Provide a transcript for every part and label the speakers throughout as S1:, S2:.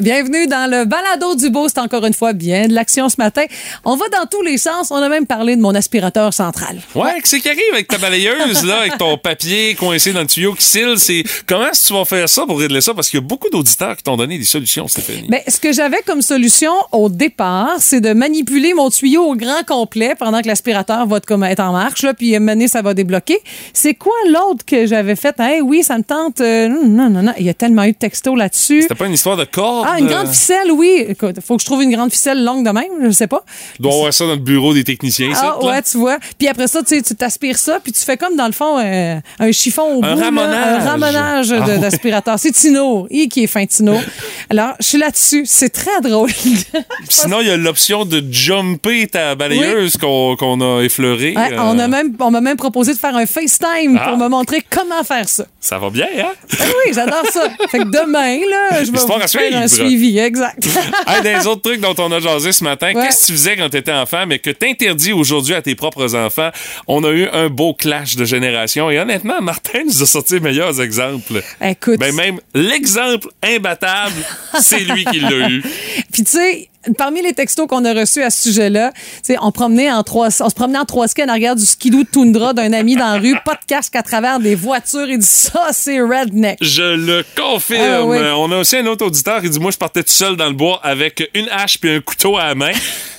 S1: Bienvenue dans le balado du beau. C'est encore une fois bien de l'action ce matin. On va dans tous les sens. On a même parlé de mon aspirateur central.
S2: Ouais, c'est qui arrive avec ta balayeuse, là, avec ton papier coincé dans le tuyau qui cille. C'est... Comment est-ce que tu vas faire ça pour régler ça? Parce qu'il y a beaucoup d'auditeurs qui t'ont donné des solutions, Stéphanie.
S1: Mais Ben, ce que j'avais comme solution au départ, c'est de manipuler mon tuyau au grand complet pendant que l'aspirateur va être comme être en marche, là, puis euh, mener ça va débloquer. C'est quoi l'autre que j'avais fait? Eh oui, ça me tente. euh, non, non, non. Il y a tellement eu de textos là-dessus.
S2: C'était pas une histoire de corde.
S1: Ah, une grande
S2: euh,
S1: ficelle, oui. Écoute, faut que je trouve une grande ficelle longue de même, je sais pas.
S2: Tu dois avoir ça dans le bureau des techniciens, ça,
S1: Ah,
S2: là.
S1: ouais, tu vois. Puis après ça, tu sais, tu t'aspires ça, puis tu fais comme dans le fond euh, un chiffon au
S2: Un
S1: bout, là,
S2: ramonage.
S1: un ramonage de-
S2: Ah ouais.
S1: d'aspirateur. C'est Tino, I qui est fin Tino. Alors, je suis là-dessus. C'est très drôle.
S2: Sinon, il y a l'option de jumper ta balayeuse qu'on, qu'on a effleurée.
S1: Ouais,
S2: Euh,
S1: on a même, on m'a même proposé de faire un FaceTime
S2: Ah.
S1: pour me montrer comment faire ça.
S2: Ça va bien, hein?
S1: Ah oui, j'adore ça. Fait que demain, là, je vais
S2: Histoire
S1: vous
S2: à
S1: faire un
S2: suivre.
S1: suivi, exact.
S2: hey, des autres trucs dont on a jasé ce matin,
S1: Ouais.
S2: qu'est-ce que tu faisais quand t'étais enfant, mais que t'interdis aujourd'hui à tes propres enfants? On a eu un beau clash de génération et honnêtement, Martin nous a sorti les meilleurs exemples.
S1: Écoute,
S2: Ben même l'exemple imbattable, c'est lui qui l'a eu.
S1: Puis tu sais, parmi les textos qu'on a reçus à ce sujet-là, tu sais, on promenait en trois, on se promenait en trois skis en arrière du skidoo de toundra d'un ami dans la rue, pas de casque à travers des voitures et dit ça, c'est redneck.
S2: Je le confirme.
S1: Ah oui.
S2: Euh, On a aussi un autre auditeur qui dit Moi, je partais tout seul dans le bois avec une hache puis un couteau à la main.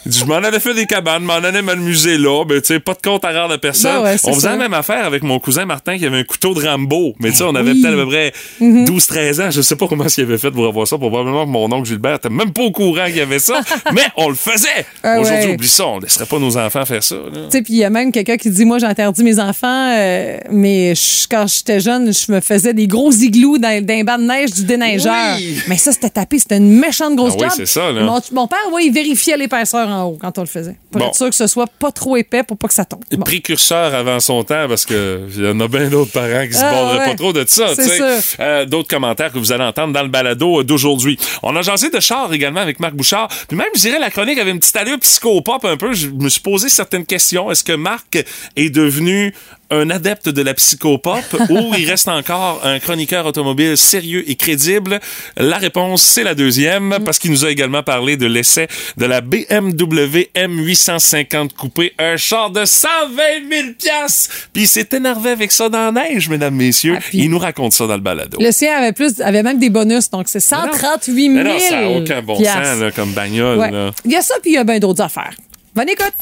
S2: Il dit Je m'en allais faire des cabanes, m'en allais m'amuser là. Ben, tu sais, pas de compte à rare de personne.
S1: Ben ouais, c'est
S2: on faisait
S1: ça.
S2: la même affaire avec mon cousin Martin qui avait un couteau de Rambo. Mais tu sais, on avait
S1: oui. Mhm.
S2: peut-être à peu près 12-13 ans. Je sais pas comment il avait fait pour avoir ça. Probablement que mon oncle Gilbert était même pas au courant qu'il y avait ça. mais on le faisait.
S1: Ah
S2: Aujourd'hui,
S1: ouais.
S2: oublie ça. On laisserait pas nos enfants faire ça. là.
S1: Tu sais, puis il y a même quelqu'un qui dit moi j'interdis mes enfants euh, mais je- quand j'étais jeune, je me faisais des gros igloos dans d'un bas de neige du déneigeur.
S2: Oui.
S1: Mais ça c'était tapé, c'était une méchante grosse
S2: Ah oui,
S1: job.
S2: c'est ça, là.
S1: Mon, mon père oui, il vérifiait l'épaisseur en haut quand on le faisait pour
S2: Bon.
S1: être sûr que ce soit pas trop épais pour pas que ça tombe. Bon.
S2: précurseur avant son temps parce que il y en a bien d'autres parents qui se
S1: Ah,
S2: bordent
S1: ouais.
S2: pas trop de ça.
S1: C'est
S2: tu sais.
S1: sûr.
S2: Euh, d'autres commentaires que vous allez entendre dans le balado euh, d'aujourd'hui. On a jasé de char également avec Marc Bouchard. Puis même, je dirais, la chronique avait une petite allure psychopop un peu. Je me suis posé certaines questions. Est-ce que Marc est devenu un adepte de la psychopop ou il reste encore un chroniqueur automobile sérieux et crédible? La réponse, c'est la deuxième,
S1: Mm.
S2: parce qu'il nous a également parlé de l'essai de la BMW M850 coupé, un char de 120 000 piastres. Puis il s'est énervé avec ça dans la neige, mesdames, messieurs.
S1: Ah, puis-
S2: Il nous raconte ça dans le balado.
S1: Le sien avait plus, avait même des bonus, donc c'est 138 000
S2: Mais non, ça n'a aucun bon
S1: piastres.
S2: sens là, comme bagnole.
S1: Ouais.
S2: là.
S1: Il y a ça, puis il y a bien d'autres affaires. Bonne écoute!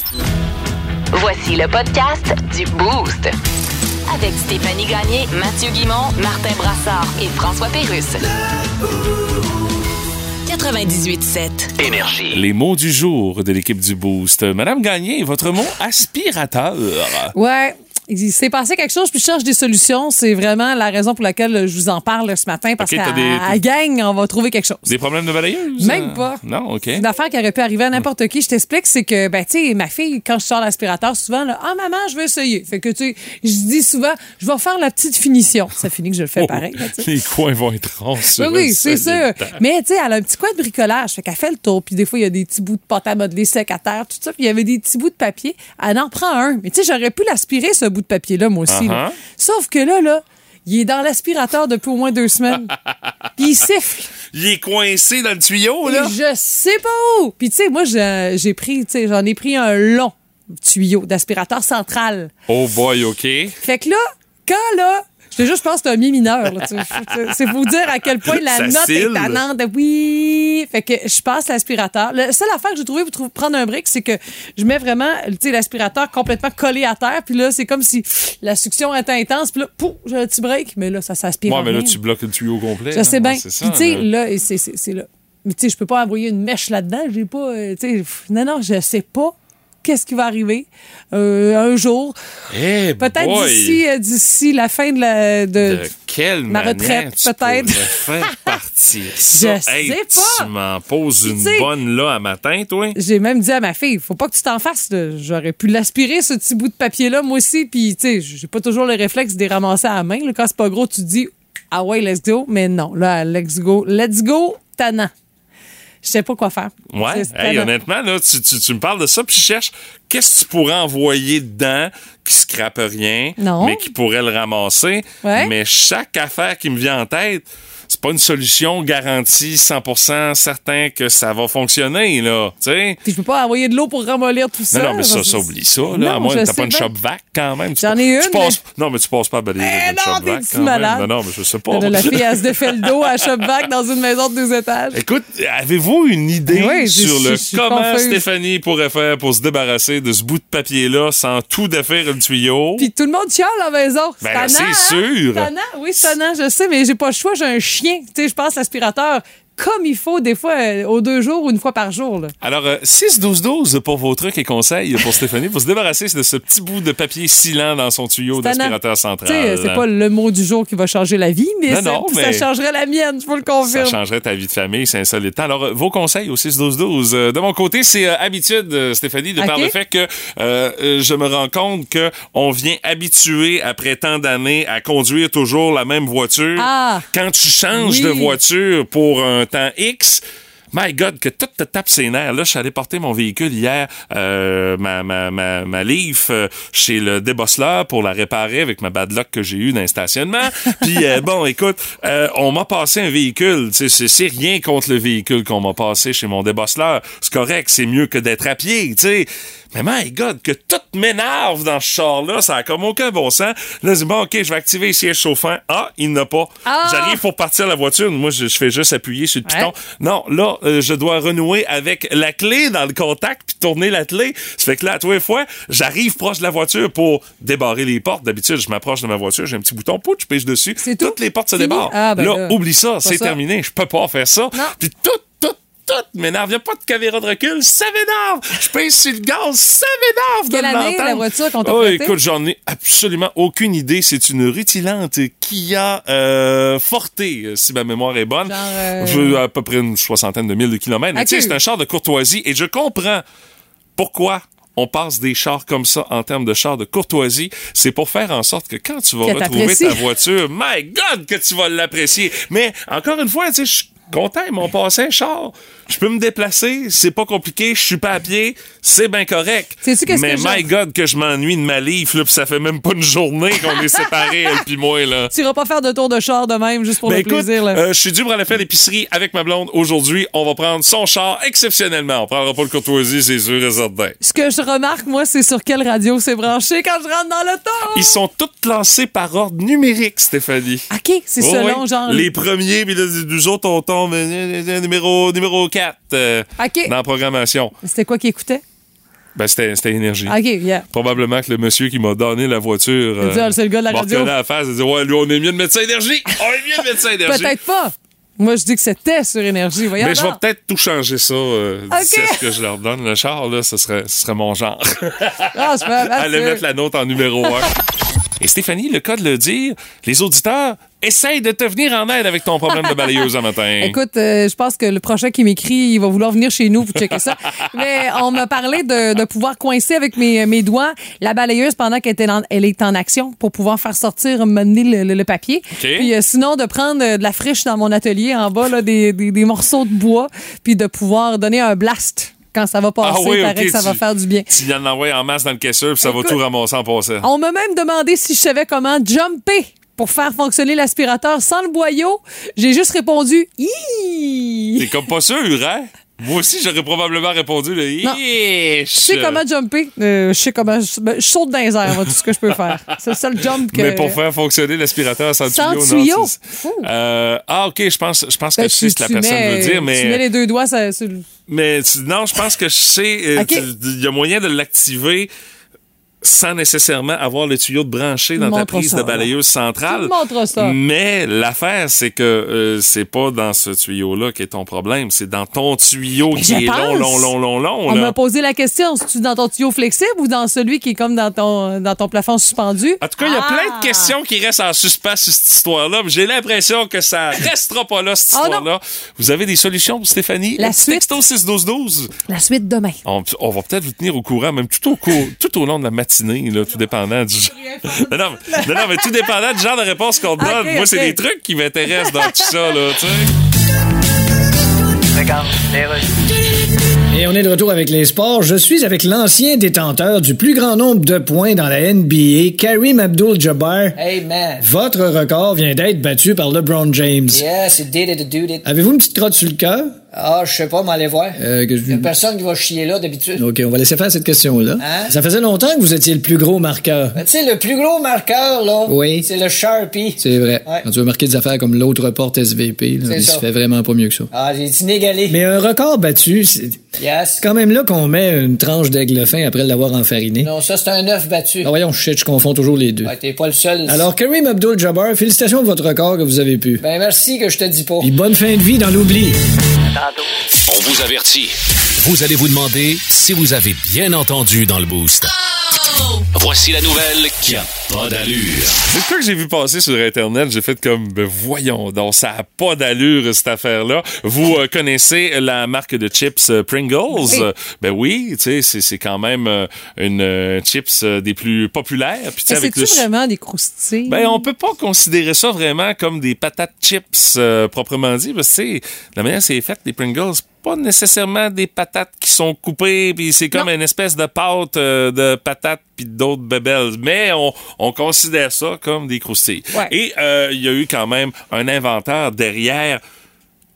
S3: Voici le podcast du Boost. Avec Stéphanie Gagné, Mathieu Guimont, Martin Brassard et François Pérusse. 98.7.
S4: Énergie.
S2: Les mots du jour de l'équipe du Boost. Madame Gagné, votre mot aspirateur.
S1: Ouais. Il s'est passé quelque chose, puis je cherche des solutions. C'est vraiment la raison pour laquelle euh, je vous en parle ce matin, parce
S2: Ok, t'as
S1: qu'à
S2: des-
S1: à gang, on va trouver quelque chose.
S2: Des problèmes de balayeuse?
S1: Même pas.
S2: Non, OK.
S1: Une affaire qui aurait pu arriver à n'importe qui, je t'explique, c'est que, ben, tu sais, ma fille, quand je sors l'aspirateur, souvent, là, ah, maman, je veux essayer. Fait que, tu sais, je dis souvent, je vais faire la petite finition. Ça finit que je le fais
S2: Oh,
S1: pareil, là, tu sais.
S2: les coins vont être ronds sur
S1: Oui,
S2: un
S1: oui, c'est sûr.
S2: solide temps.
S1: Mais tu sais, elle a un petit coin de bricolage. Fait qu'elle fait le tour. Puis des fois, il y a des petits bouts de pâte à modeler sec à terre, tout ça. Puis il y avait des petits bouts de papier. Elle en prend un. Mais tu sais, j'aurais pu l'aspirer, ce bout de papier-là, moi aussi. là.
S2: Uh-huh.
S1: Sauf que là, là, il est dans l'aspirateur depuis au moins deux semaines. Puis il siffle.
S2: Il est coincé dans le tuyau, Oh
S1: Et
S2: là.
S1: je sais pas où. Puis tu sais, moi, j'ai j'ai pris, tu sais, j'en ai pris un long tuyau d'aspirateur central.
S2: Oh boy, OK.
S1: Fait que là, quand là, je te jure, je pense que c'est un mi mineur. là, tu sais. C'est vous dire à quel point la
S2: Ça
S1: note
S2: cille.
S1: est tannante. Oui. Fait que je passe l'aspirateur. La seule affaire que j'ai trouvée pour trou- prendre un break, c'est que je mets vraiment tu sais, l'aspirateur complètement collé à terre. Puis là, c'est comme si la succion était intense. Puis là, pouf, j'ai un petit break. Mais là, ça s'aspire.
S2: Moi, mais là,
S1: rien.
S2: tu bloques le tuyau au complet.
S1: Je sais bien.
S2: C'est
S1: Puis
S2: ça,
S1: tu sais,
S2: là.
S1: là, et c'est- c'est c'est là. Mais tu sais, je peux pas envoyer une mèche là-dedans. J'ai pas. euh, tu sais, pff, non, non, je sais pas. Qu'est-ce qui va arriver Euh, un jour?
S2: Eh,
S1: Peut-être
S2: boy.
S1: d'ici euh, d'ici la fin de la. de-
S2: De quelle
S1: Ma
S2: manière
S1: retraite,
S2: tu
S1: peut-être.
S2: pourrais faire partir ça?
S1: Je
S2: Hey,
S1: sais pas.
S2: Tu m'en poses une
S1: sais-
S2: bonne, là, à matin, toi?
S1: J'ai même dit à ma fille, faut pas que tu t'en fasses. là. J'aurais pu l'aspirer, ce petit bout de papier-là, moi aussi. Puis, tu sais, j'ai pas toujours le réflexe des ramasser à la main. là. Quand c'est pas gros, tu te dis, ah ouais, let's go. Mais non, là, let's go. Let's go, tannant. Je sais pas quoi faire.
S2: Ouais.
S1: C'est
S2: Hey,
S1: tannant.
S2: honnêtement, là, tu, tu- tu me parles de ça, puis je cherche qu'est-ce que tu pourrais envoyer dedans qui scrape rien,
S1: Non.
S2: mais qui pourrait le ramasser.
S1: Ouais.
S2: Mais chaque affaire qui me vient en tête, c'est pas une solution garantie 100% certain que ça va fonctionner, là. Tu sais?
S1: Puis je peux pas envoyer de l'eau pour ramollir tout ça.
S2: Non, non, mais ça,
S1: parce que
S2: ça, oublie ça, là. à
S1: Non,
S2: moins
S1: je
S2: que t'as
S1: sais
S2: pas une
S1: bien.
S2: shop vac, quand même. Tu
S1: J'en ai
S2: pas- tu
S1: une,
S2: passes- Non, mais tu passes pas à balayer
S1: Eh
S2: avec une
S1: non,
S2: shop
S1: t'es
S2: vac,
S1: petit
S2: quand même.
S1: malade.
S2: Non, non, mais je sais pas.
S1: de la fille, elle se défait le dos à Shopback dans une maison de deux étages.
S2: Écoute, avez-vous une idée
S1: Oui, je-
S2: sur
S1: je-
S2: le
S1: je suis
S2: comment
S1: confuse.
S2: Stéphanie pourrait faire pour se débarrasser de ce bout de papier-là sans tout défaire le tuyau?
S1: Puis tout le monde chiale à la maison.
S2: Ben,
S1: tannant,
S2: c'est
S1: hein?
S2: sûr.
S1: Tannant. Oui, c'est tannant, je sais, mais j'ai pas le choix. J'ai un chien. Tu sais, je passe l'aspirateur comme il faut, des fois, euh, aux deux jours ou une fois par jour. là.
S2: Alors, euh, 6-12-12 pour vos trucs et conseils pour Stéphanie pour se débarrasser de ce petit bout de papier silant dans son tuyau
S1: Tannant.
S2: d'aspirateur
S1: Tu
S2: central. hein.
S1: sais, c'est pas le mot du jour qui va changer la vie, mais,
S2: Non,
S1: ça,
S2: non,
S1: ça
S2: mais-
S1: changerait la mienne, je vous le
S2: Ça
S1: confirme.
S2: changerait ta vie de famille, c'est insolite. Alors, euh, vos conseils au 6-12-12. Euh, de mon côté, c'est euh, habitude, euh, Stéphanie, de par
S1: Ok.
S2: le fait que euh, euh, je me rends compte que on vient habituer, après tant d'années, à conduire toujours la même voiture.
S1: Ah.
S2: Quand tu changes
S1: Oui.
S2: de voiture pour un temps X... My God, que tout te tape ses nerfs. Là, je suis allé porter mon véhicule hier, euh, ma, ma, ma, ma Leaf, euh, chez le débosseleur pour la réparer avec ma bad luck que j'ai eu dans le stationnement. Puis, euh, bon, écoute, euh, on m'a passé un véhicule. Tu sais, C'est c'est rien contre le véhicule qu'on m'a passé chez mon débosseleur. C'est correct, c'est mieux que d'être à pied, tu sais. Mais my God, que tout m'énerve dans ce char-là, ça a comme aucun bon sens. Là, je dis, bon, OK, je vais activer le siège chauffant. Ah, il n'a pas.
S1: Ah!
S2: J'arrive pour partir la voiture. Moi, je, je fais juste appuyer sur le
S1: Ouais.
S2: piton. Non, là, euh, je dois renouer avec la clé dans le contact puis tourner la clé. Ça fait que là, à tous les fois, j'arrive proche de la voiture pour débarrer les portes. D'habitude, je m'approche de ma voiture, j'ai un petit bouton, pouch, je pêche dessus.
S1: C'est tout?
S2: Toutes les portes se
S1: Fini?
S2: débarrent.
S1: Ah, ben
S2: là,
S1: là,
S2: oublie ça, c'est
S1: ça.
S2: terminé. Je peux pas faire ça.
S1: Non.
S2: Puis tout, tout, tout m'énerve. Il a pas de caméra de recul. Ça m'énerve. Je pèse sur le gaz. Ça m'énerve de
S1: Quelle année,
S2: l'entendre.
S1: la voiture qu'on t'a
S2: oh,
S1: prêtée?
S2: écoute, j'en ai absolument aucune idée. C'est une rutilante Kia euh, Forte, euh, si ma mémoire est bonne.
S1: Genre, euh,
S2: Je veux à peu près une soixantaine de mille de kilomètres. Mais
S1: Ok.
S2: tu sais, c'est un char de courtoisie et je comprends pourquoi on passe des chars comme ça en termes de chars de courtoisie. C'est pour faire en sorte que quand tu vas
S1: Que
S2: retrouver
S1: t'apprécies.
S2: ta voiture, my God, que tu vas l'apprécier. Mais encore une fois, tu sais, je suis content, ils m'ont passé un char. Je peux me déplacer, c'est pas compliqué, je suis pas à pied, c'est bien correct.
S1: Sais-tu qu'est-ce
S2: Mais
S1: que
S2: my
S1: j'ai-
S2: God, que je m'ennuie de ma livre, là, pis ça fait même pas une journée qu'on est séparés, elle puis moi, là.
S1: Tu iras pas faire de tour de char de même juste pour
S2: Ben
S1: le
S2: écoute,
S1: plaisir. là.
S2: euh, je suis dû pour aller faire l'épicerie avec ma blonde aujourd'hui. On va prendre son char exceptionnellement. On prendra pas le courtoisie, c'est sûr et certain.
S1: Ce que je remarque, moi, c'est sur quelle radio c'est branché quand je rentre dans l'auto.
S2: Ils sont tous classés par ordre numérique, Stéphanie.
S1: OK, Ah, c'est
S2: Oh
S1: selon
S2: oui.
S1: genre.
S2: Les premiers, puis là, nous autres, on tombe euh, euh, numéro, numéro 4 euh,
S1: OK.
S2: dans la programmation.
S1: C'était quoi qui écoutait?
S2: Ben, c'était c'était énergie.
S1: OK, yeah.
S2: Probablement que le monsieur qui m'a donné la voiture. euh,
S1: Il dit, Ah, c'est le gars de la
S2: m'a
S1: radio.
S2: reconnu à la face. Il dit Ouais, lui, on est mieux de médecin énergie. On est mieux de médecin énergie.
S1: Peut-être pas. Moi, je dis que c'était sur énergie. Voyons.
S2: Mais je vais
S1: donc.
S2: peut-être tout changer ça. euh, d'ici
S1: Ok.
S2: à ce que je leur donne le char, là, ce serait, ce serait mon genre.
S1: Franchement,
S2: Allez
S1: Mathieu.
S2: mettre la nôtre en numéro un. Et Stéphanie, le cas de le dire, les auditeurs essayent de te venir en aide avec ton problème de balayeuse un matin.
S1: Écoute, euh, je pense que le prochain qui m'écrit, il va vouloir venir chez nous pour checker ça. Mais on m'a parlé de, de pouvoir coincer avec mes, euh, mes doigts la balayeuse pendant qu'elle était en- elle est en action pour pouvoir faire sortir, mener le, le- le papier. Puis euh, sinon, de prendre euh, de la friche dans mon atelier en bas, là, des, des- des morceaux de bois, puis de pouvoir donner un blast quand ça va passer.
S2: Ah oui,
S1: il paraît
S2: ok,
S1: que ça va
S2: tu-
S1: faire du bien.
S2: Tu viens de l'envoyer en masse dans le caisseur, puis ça va
S1: Écoute-
S2: tout ramasser en passant.
S1: On m'a même demandé si je savais comment jumper pour faire fonctionner l'aspirateur sans le boyau. J'ai juste répondu « Hi!
S2: T'es comme pas sûr, hein? Moi aussi, j'aurais probablement répondu le
S1: Non.
S2: Yeesh!
S1: Je sais comment jumper. Euh, je sais comment. Je, ben, je saute dans les airs, moi, tout ce que je peux faire. C'est le seul jump que.
S2: Mais pour faire fonctionner l'aspirateur sans,
S1: Sans
S2: tuyau,
S1: tuyau.
S2: non. c'est- Euh, ah, OK, je pense, je pense que
S1: Ben,
S2: je sais ce que la personne
S1: mets-
S2: veut dire, mais.
S1: Tu mets les deux doigts ça- sur le-
S2: Mais tu- non, je pense que je sais. euh,
S1: Ok.
S2: tu- Il y a moyen de l'activer sans nécessairement avoir le tuyau de branché dans ta
S1: Montre
S2: prise
S1: ça,
S2: de
S1: là.
S2: balayeuse centrale.
S1: Tu montres ça.
S2: Mais l'affaire, c'est que euh, c'est pas dans ce tuyau-là qui est ton problème, c'est dans ton tuyau qui
S1: je
S2: est long,
S1: pense.
S2: long, long, long, long.
S1: On
S2: là.
S1: m'a posé la question si tu dans ton tuyau flexible ou dans celui qui est comme dans ton, dans ton plafond suspendu?
S2: En tout cas, il y a
S1: Ah!
S2: plein de questions qui restent en suspens sur cette histoire-là, mais j'ai l'impression que ça restera pas là, cette
S1: Oh non.
S2: histoire-là. Vous avez des solutions, Stéphanie?
S1: La
S2: Le petit
S1: suite.
S2: Texto 61212.
S1: La suite demain.
S2: On, on va peut-être vous tenir au courant, même tout au, cours, tout au long de la matinée, là, tout dépendant du non, non, mais- non, non, mais tout dépendant du genre de réponse qu'on te donne.
S1: Ah, Ok,
S2: Moi, c'est
S1: ok.
S2: des trucs qui m'intéressent dans tout ça, là, tu sais.
S4: Et on est de retour avec les sports. Je suis avec l'ancien détenteur du plus grand nombre de points dans la NBA, Karim Abdul-Jabbar.
S5: Hey man.
S4: Votre record vient d'être battu par LeBron James.
S5: Yes, it did it, it did it.
S4: Avez-vous une petite crotte sur le cœur?
S5: Ah, je sais pas, m'aller voir.
S4: Euh, que je-
S5: Y a personne qui va chier là d'habitude.
S4: OK, on va laisser faire cette question-là.
S5: Hein?
S4: Ça faisait longtemps que vous étiez le plus gros marqueur.
S5: Mais tu sais, le plus gros marqueur, là,
S4: Oui.
S5: c'est le Sharpie.
S4: C'est vrai.
S5: Ouais.
S4: Quand tu veux marquer des affaires comme l'autre porte SVP, là,
S5: C'est
S4: il
S5: ça.
S4: se fait vraiment pas mieux que ça.
S5: Ah, j'ai inégalé.
S4: Mais un record battu, c'est
S5: Yes.
S4: c'est quand même là qu'on met une tranche d'aigle fin après l'avoir enfariné.
S5: Non, ça, c'est un œuf battu.
S4: Ah, voyons, shit, je confonds toujours les deux.
S5: Ouais, t'es pas le seul.
S4: Alors, Karim Abdul-Jabbar, félicitations pour votre record que vous avez pu.
S5: Ben, merci que je te dis pas.
S4: Puis bonne fin de vie dans l'oubli.
S6: On vous avertit. Vous allez vous demander si vous avez bien entendu dans le boost. Voici la nouvelle qui a pas d'allure.
S2: Le truc que j'ai vu passer sur Internet, j'ai fait comme, ben voyons donc, ça a pas d'allure, cette affaire-là. Vous euh, connaissez la marque de chips euh, Pringles? Euh, Ben oui, tu sais, c'est- c'est quand même euh, une euh, chips euh, des plus populaires. Puis tu sais,
S1: Mais
S2: avec
S1: C'est-tu
S2: le... su-
S1: vraiment des croustilles?
S2: Ben, on peut pas considérer ça vraiment comme des patates chips euh, proprement dit, parce que tu sais, la manière dont c'est fait, les Pringles, c'est pas nécessairement des patates qui sont coupées, puis c'est comme une espèce de pâte euh, de patates puis d'autres bebelles. Mais on, on considère ça comme des croustilles.
S1: Ouais.
S2: Et euh, il y a eu quand même un inventeur derrière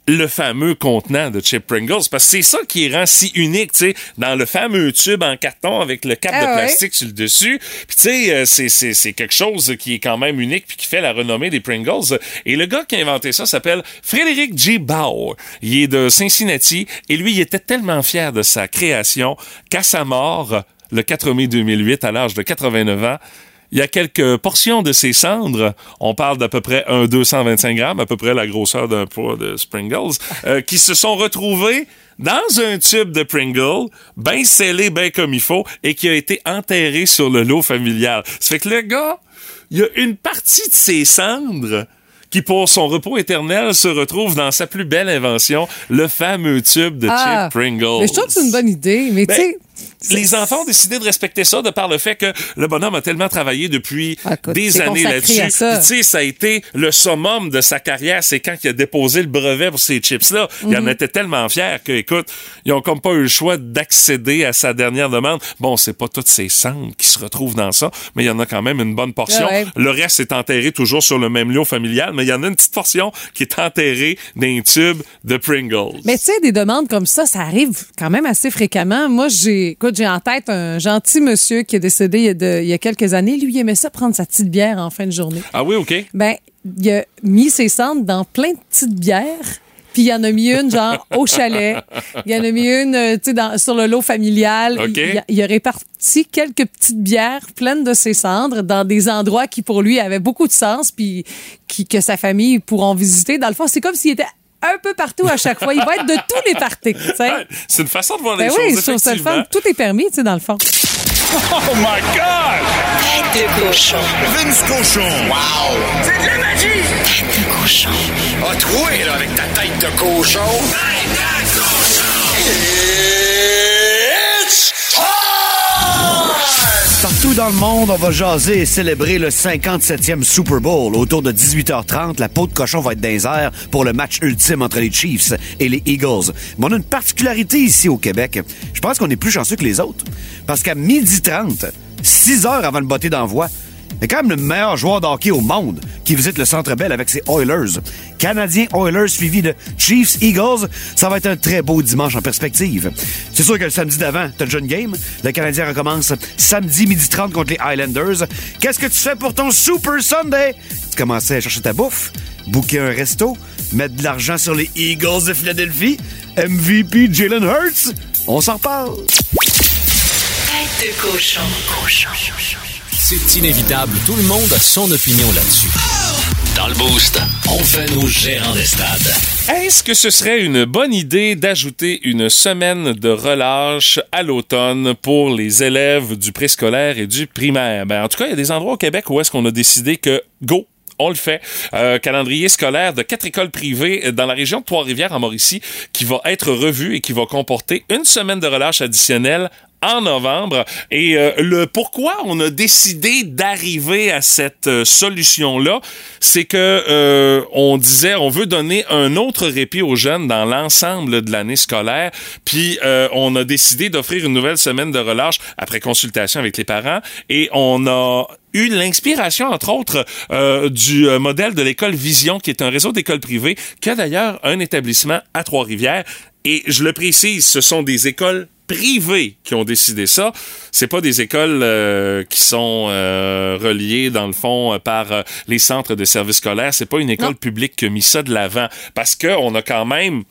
S2: le fameux contenant de Chip Pringles, parce que c'est ça qui rend si unique, tu sais, dans le fameux tube en carton avec le cap
S1: Ah
S2: de
S1: ouais.
S2: plastique sur le dessus. Puis tu sais, euh, c'est- c'est c'est quelque chose qui est quand même unique puis qui fait la renommée des Pringles. Et le gars qui a inventé ça s'appelle Frédéric J. Bauer. Il est de Cincinnati et lui, il était tellement fier de sa création qu'à sa mort, le 4 mai 2008, à l'âge de 89 ans, il y a quelques portions de ses cendres, on parle d'à peu près un 225 grammes, à peu près la grosseur d'un poids de Pringles, euh, qui se sont retrouvées dans un tube de Pringle, bien scellé, bien comme il faut, et qui a été enterré sur le lot familial. Ça fait que le gars, il y a une partie de ses cendres qui, pour son repos éternel, se retrouve dans sa plus belle invention, le fameux tube de
S1: Ah.
S2: Chip Pringles.
S1: Mais je trouve que c'est une bonne idée. Mais
S2: Ben,
S1: tu sais, c'est-
S2: Les enfants ont décidé de respecter ça de par le fait que le bonhomme a tellement travaillé depuis
S1: Ah, écoute,
S2: des
S1: c'est
S2: années
S1: consacré
S2: là-dessus.
S1: à ça.
S2: Puis, Tu sais, ça a été le summum de sa carrière, c'est quand il a déposé le brevet pour ces chips-là. Il
S1: Mhm.
S2: en était tellement fier que, écoute, ils ont comme pas eu le choix d'accéder à sa dernière demande. Bon, c'est pas toutes ses cendres qui se retrouvent dans ça, mais il y en a quand même une bonne portion.
S1: Ouais, ouais.
S2: Le reste est enterré toujours sur le même lot familial, mais il y en a une petite portion qui est enterrée dans un tube de Pringles.
S1: Mais tu sais, des demandes comme ça, ça arrive quand même assez fréquemment. Moi, j'ai, écoute, j'ai en tête un gentil monsieur qui est décédé il y, a de- il y a quelques années. Lui, il aimait ça prendre sa petite bière en fin de journée.
S2: Ah oui, OK.
S1: Ben, il a mis ses cendres dans plein de petites bières. Puis il y en a mis une, genre, au chalet. Il y en a mis une, euh, tu sais, dans- sur le lot familial.
S2: OK.
S1: Il, il a, il a réparti quelques petites bières pleines de ses cendres dans des endroits qui, pour lui, avaient beaucoup de sens, puis qui, que sa famille pourront visiter. Dans le fond, c'est comme s'il était un peu partout à chaque fois. Il va être de tous les parties, tu sais.
S2: Ouais, c'est une façon de voir les
S1: Ben oui,
S2: choses,
S1: sur cette
S2: effectivement.
S1: femme, tout est permis, tu sais, dans le fond.
S2: Oh my God!
S3: Tête de cochon.
S7: Vince Cochon. Wow!
S8: C'est de la magie!
S3: Tête de cochon.
S7: A troué, là, avec ta tête de cochon.
S8: Tête de cochon!
S7: It's time!
S9: Partout dans le monde, on va jaser et célébrer le 57e Super Bowl. Autour de 18h30, la peau de cochon va être dans les airs pour le match ultime entre les Chiefs et les Eagles. Mais on a une particularité ici au Québec. Je pense qu'on est plus chanceux que les autres. Parce qu'à 12h30, 6 heures avant le botté d'envoi, il y a quand même le meilleur joueur de hockey au monde qui visite le Centre Bell avec ses Oilers. Canadiens Oilers suivi de Chiefs Eagles, ça va être un très beau dimanche en perspective. C'est sûr que le samedi d'avant, t'as déjà une game. Le Canadien recommence samedi midi 30 contre les Highlanders. Qu'est-ce que tu fais pour ton Super Sunday? Tu commences à chercher ta bouffe, booker un resto, mettre de l'argent sur les Eagles de Philadelphie, MVP Jalen Hurts. On s'en parle.
S3: Tête de cochon. Cochon.
S6: C'est inévitable. Tout le monde a son opinion là-dessus. Dans le boost, on fait nos gérants des stades.
S2: Est-ce que ce serait une bonne idée d'ajouter une semaine de relâche à l'automne pour les élèves du préscolaire et du primaire? Ben, en tout cas, il y a des endroits au Québec où est-ce qu'on a décidé que go! On le fait. Euh, calendrier scolaire de quatre écoles privées dans la région de Trois-Rivières en Mauricie qui va être revu et qui va comporter une semaine de relâche additionnelle en novembre. Et euh, le pourquoi on a décidé d'arriver à cette euh, solution-là, c'est que euh, on disait on veut donner un autre répit aux jeunes dans l'ensemble de l'année scolaire. Puis euh, on a décidé d'offrir une nouvelle semaine de relâche après consultation avec les parents. Et on a eu l'inspiration, entre autres, euh, du euh, modèle de l'école Vision, qui est un réseau d'écoles privées, qui a d'ailleurs un établissement à Trois-Rivières. Et je le précise, ce sont des écoles privées qui ont décidé ça. C'est pas des écoles euh, qui sont euh, reliées dans le fond euh, par euh, les centres de services scolaires. C'est pas une école
S1: Non.
S2: publique qui a mis ça de l'avant parce que on a quand même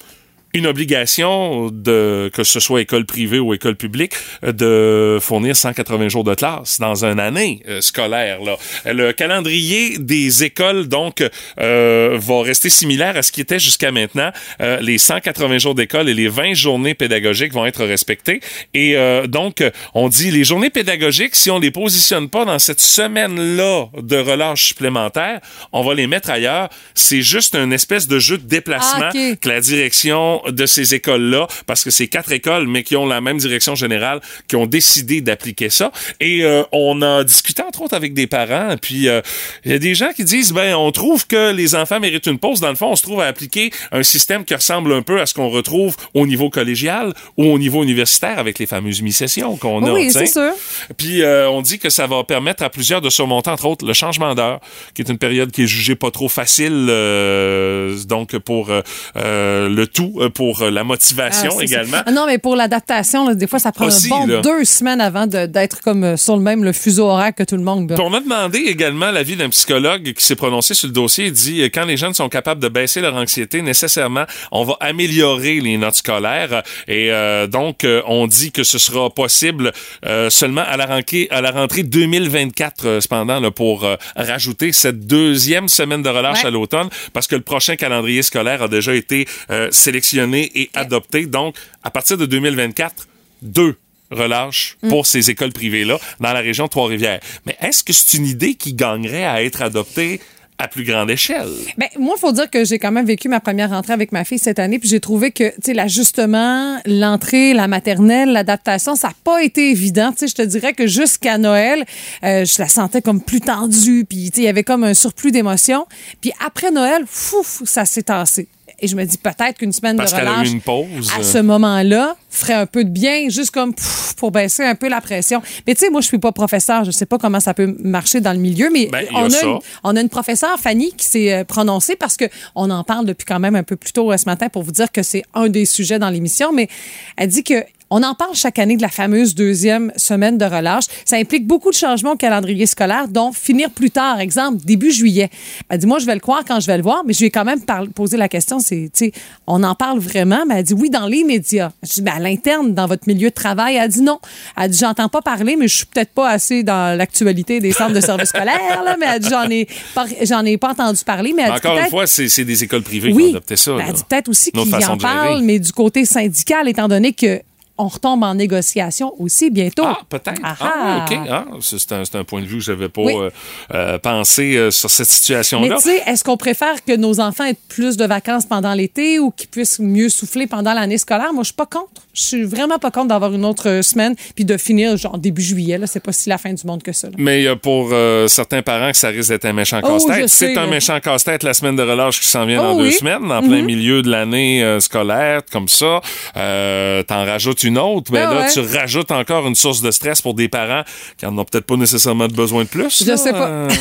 S2: une obligation de que ce soit école privée ou école publique euh, de fournir 180 jours de classe dans une année euh, scolaire là. Le calendrier des écoles donc euh, va rester similaire à ce qui était jusqu'à maintenant. Euh, les 180 jours d'école et les 20 journées pédagogiques vont être respectées et euh, donc euh, on dit les journées pédagogiques si on les positionne pas dans cette semaine là de relâche supplémentaire, on va les mettre ailleurs, c'est juste une espèce de jeu de déplacement
S1: Ah, ok.
S2: que la direction de ces écoles-là, parce que c'est quatre écoles, mais qui ont la même direction générale, qui ont décidé d'appliquer ça. Et euh, on a discuté, entre autres, avec des parents, puis euh, il y a des gens qui disent, ben, on trouve que les enfants méritent une pause. Dans le fond, on se trouve à appliquer un système qui ressemble un peu à ce qu'on retrouve au niveau collégial ou au niveau universitaire avec les fameuses mi-sessions qu'on a.
S1: oui,
S2: tu sais.
S1: c'est sûr.
S2: Puis euh, on dit que ça va permettre à plusieurs de surmonter, entre autres, le changement d'heure, qui est une période qui est jugée pas trop facile, euh, donc pour euh, euh, le tout, euh, pour euh, la
S1: Ah,
S2: motivation
S1: c'est ça.
S2: également.
S1: Ah non, mais pour l'adaptation, là, des fois, ça prend
S2: Aussi,
S1: un bon
S2: là.
S1: deux semaines avant de- d'être comme euh, sur le même le fuseau horaire que tout le monde. là.
S2: Puis on a demandé également l'avis d'un psychologue qui s'est prononcé sur le dossier. Il dit euh, quand les jeunes sont capables de baisser leur anxiété, nécessairement, on va améliorer les notes scolaires. Et euh, donc, euh, on dit que ce sera possible euh, seulement à la rentrée, à la rentrée 2024, euh, cependant, là, pour euh, rajouter cette deuxième semaine de relâche
S1: Ouais.
S2: à l'automne, parce que le prochain calendrier scolaire a déjà été euh, sélectionné et adopté. Donc, à partir de 2024, deux relâches
S1: Mm.
S2: pour ces écoles privées-là dans la région de Trois-Rivières. Mais est-ce que c'est une idée qui gagnerait à être adoptée à plus grande échelle?
S1: Ben, moi, il faut dire que j'ai quand même vécu ma première rentrée avec ma fille cette année, puis j'ai trouvé que, tu sais, l'ajustement, l'entrée, la maternelle, l'adaptation, ça n'a pas été évident. Tu sais, je te dirais que jusqu'à Noël, euh, je la sentais comme plus tendue, puis, tu sais, il y avait comme un surplus d'émotions. Puis après Noël, fouf, ça s'est tassé. Et je me dis peut-être qu'une semaine
S2: Parce
S1: de
S2: qu'elle a eu
S1: relâche
S2: une pause.
S1: à ce moment-là ferait un peu de bien, juste comme pff, pour baisser un peu la pression. Mais tu sais, moi, je suis pas professeur, je sais pas comment ça peut marcher dans le milieu, mais
S2: Ben, il y a
S1: on, a
S2: ça.
S1: une, on a une professeure, Fanny, qui s'est euh, prononcée parce que on en parle depuis quand même un peu plus tôt euh, ce matin pour vous dire que c'est un des sujets dans l'émission, mais elle dit que on en parle chaque année de la fameuse deuxième semaine de relâche. Ça implique beaucoup de changements au calendrier scolaire, dont finir plus tard, exemple, début juillet. Elle dit, moi, je vais le croire quand je vais le voir, mais je lui ai quand même par- posé la question, c'est, tu sais, on en parle vraiment, mais elle dit, oui, dans les médias. Je dis, ben, à l'interne, dans votre milieu de travail, elle dit non. Elle dit, j'entends pas parler, mais je suis peut-être pas assez dans l'actualité des centres de services scolaires, là, mais elle dit, j'en ai, pas- j'en ai pas entendu parler, mais elle dit,
S2: Encore une
S1: peut-être-
S2: fois, c'est c'est des écoles privées qui ont
S1: oui.
S2: adopté ça.
S1: Ben,
S2: là.
S1: elle dit peut-être aussi
S2: Notre
S1: qu'ils
S2: façon
S1: en
S2: de gérer.
S1: parlent, mais du côté syndical, étant donné que on retombe en négociation aussi bientôt.
S2: Ah, peut-être. Ah,
S1: Ah.
S2: OK. Ah, c'est c'est un, c'est un point de vue que je n'avais pas
S1: Oui.
S2: euh, euh, pensé euh, sur cette
S1: Mais
S2: situation-là.
S1: tu sais, est-ce qu'on préfère que nos enfants aient plus de vacances pendant l'été ou qu'ils puissent mieux souffler pendant l'année scolaire? Moi, je suis pas contre. Je suis vraiment pas contre d'avoir une autre euh, semaine puis de finir genre début juillet. Là, c'est pas si la fin du monde que ça. là.
S2: Mais euh, pour euh, certains parents, que ça risque d'être un méchant
S1: Oh, je
S2: casse-tête.
S1: sais,
S2: C'est un
S1: là.
S2: méchant casse-tête la semaine de relâche qui s'en vient
S1: Oh,
S2: dans deux
S1: oui. Mhm.
S2: semaines, en plein milieu de l'année euh, scolaire, comme ça. Euh, T'en rajoutes une autre, mais
S1: Ah
S2: là,
S1: ouais.
S2: tu rajoutes encore une source de stress pour des parents qui en ont peut-être pas nécessairement de besoin de plus.
S1: Je
S2: là.
S1: sais pas.
S2: Euh,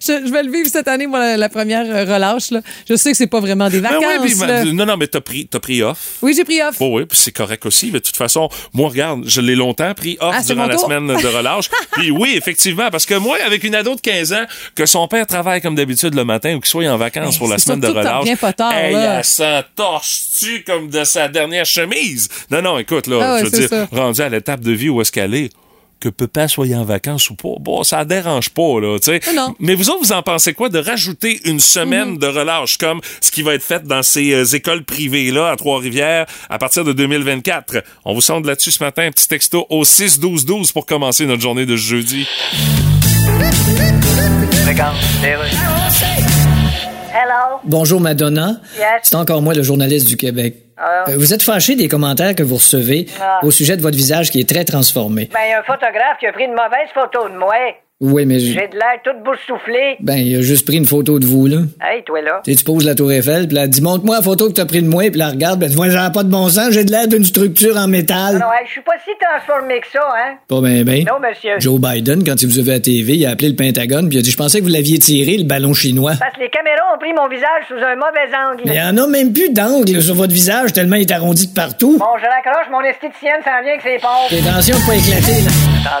S1: Je, je vais le vivre cette année, moi, la, la première euh, relâche. Là. Je sais que c'est pas vraiment des
S2: ben
S1: vacances.
S2: ouais, puis,
S1: là.
S2: non, non, mais t'as pris, t'as pris off.
S1: Oui, j'ai pris off.
S2: Oh oui, puis c'est correct aussi. Mais de toute façon, moi, regarde, je l'ai longtemps pris off
S1: Ah, c'est
S2: durant
S1: mon
S2: la
S1: tour.
S2: semaine de relâche. puis oui, effectivement, parce que moi, avec une ado de 15 ans, que son père travaille comme d'habitude le matin ou qu'il soit en vacances
S1: Hey,
S2: pour la
S1: Ben, c'est
S2: semaine de
S1: surtout que t'en
S2: relâche,
S1: reviens pas tard,
S2: hey,
S1: là.
S2: elle s'en torche-tu comme de sa dernière chemise? Non, non, écoute, là,
S1: Ah ouais,
S2: je veux
S1: c'est
S2: dire,
S1: ça.
S2: rendu à l'étape de vie où est-ce qu'elle est, que papa soit en vacances ou pas, bon, ça la dérange pas, là, tu sais.
S1: Non. Mhm.
S2: Mais vous autres, vous en pensez quoi de rajouter une semaine de relâche comme ce qui va être fait dans ces euh, écoles privées-là à Trois-Rivières à partir de 2024? On vous sonde là-dessus ce matin. Un petit texto au 6-12-12 pour commencer notre journée de jeudi.
S10: Hello.
S4: Bonjour Madonna.
S10: Yes.
S4: C'est encore moi le journaliste du Québec.
S10: Ah.
S4: Euh, Vous êtes fâché des commentaires que vous recevez
S10: Ah.
S4: au sujet de votre visage qui est très transformé.
S10: Ben, il y a un photographe qui a pris une mauvaise photo de moi.
S4: Oui, mais j-
S10: J'ai de l'air toute boursouflée.
S4: ben il a juste pris une photo de vous là.
S10: Hey, toi là.
S4: Tu sais, tu poses la tour Eiffel, puis là, elle dit montre-moi la photo que t'as pris de moi, puis la regarde, ben tu vois, j'en ai pas de bon sens, j'ai de l'air d'une structure en métal.
S10: Ah Non, hey, je suis pas si transformée que ça, hein.
S4: Pas ben ben.
S10: Non, monsieur.
S4: Joe Biden, quand il vous a vu à la TV, il a appelé le Pentagone, puis il a dit je pensais que vous l'aviez tiré le ballon chinois.
S10: Parce que les caméras ont pris mon visage sous un mauvais angle.
S4: Mais il y en a même plus d'angle sur votre visage tellement il est arrondi de partout.
S10: Bon, je raccroche, mon esthéticienne s'en vient avec ses pompes.
S4: Fais Attention de pas éclater là.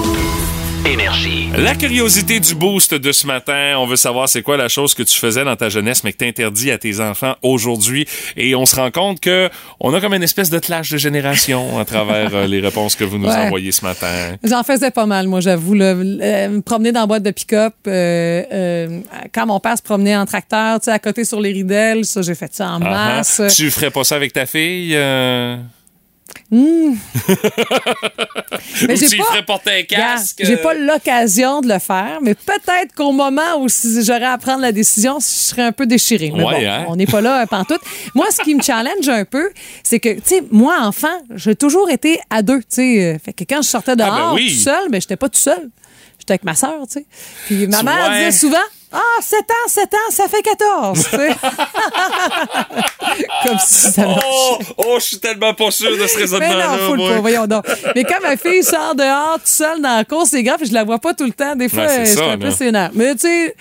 S6: Énergie.
S2: La curiosité du boost de ce matin, on veut savoir c'est quoi la chose que tu faisais dans ta jeunesse mais que t'interdis à tes enfants aujourd'hui et on se rend compte que on a comme une espèce de clash de génération à travers euh, les réponses que vous nous
S1: Ouais.
S2: envoyez ce matin.
S1: J'en faisais pas mal, moi, j'avoue. là. Euh, me promener dans la boîte de pick-up, euh, euh, quand mon père se promenait en tracteur, tu sais, à côté sur les ridelles, ça, j'ai fait ça en
S2: Ah, ah.
S1: masse.
S2: Tu ferais pas ça avec ta fille euh,
S1: Hmm.
S2: ou
S1: Mais j'ai
S2: tu lui
S1: pas-
S2: ferais porter un
S1: Regarde,
S2: casque
S1: J'ai
S2: euh,
S1: pas l'occasion de le faire, mais peut-être qu'au moment où si j'aurais à prendre la décision, je serais un peu déchirée. Mais
S2: Ouais,
S1: bon,
S2: hein?
S1: On n'est pas là euh, pantoute. Moi, ce qui me challenge un peu, c'est que, tu sais, moi, enfant, j'ai toujours été à deux. Tu sais, euh, fait que quand je sortais dehors
S2: ben oui.
S1: tout seul, mais j'étais pas tout seul. J'étais avec ma sœur, tu sais. Puis ma
S2: Tu
S1: mère
S2: vois.
S1: disait souvent. Ah, 7 ans, 7 ans, ça fait 14. tu sais. Comme si ça marchait.
S2: Oh, oh, je suis tellement pas sûr de ce
S1: Mais non,
S2: raisonnement-là.
S1: faut le
S2: moi.
S1: pas, voyons donc. Mais quand ma fille sort dehors toute seule dans la course, c'est grave, je la vois pas tout le temps. Des fois,
S2: Ouais, Ben, c'est
S1: euh, je suis
S2: ça,
S1: un peu
S2: là.
S1: sénère. Mais tu sais,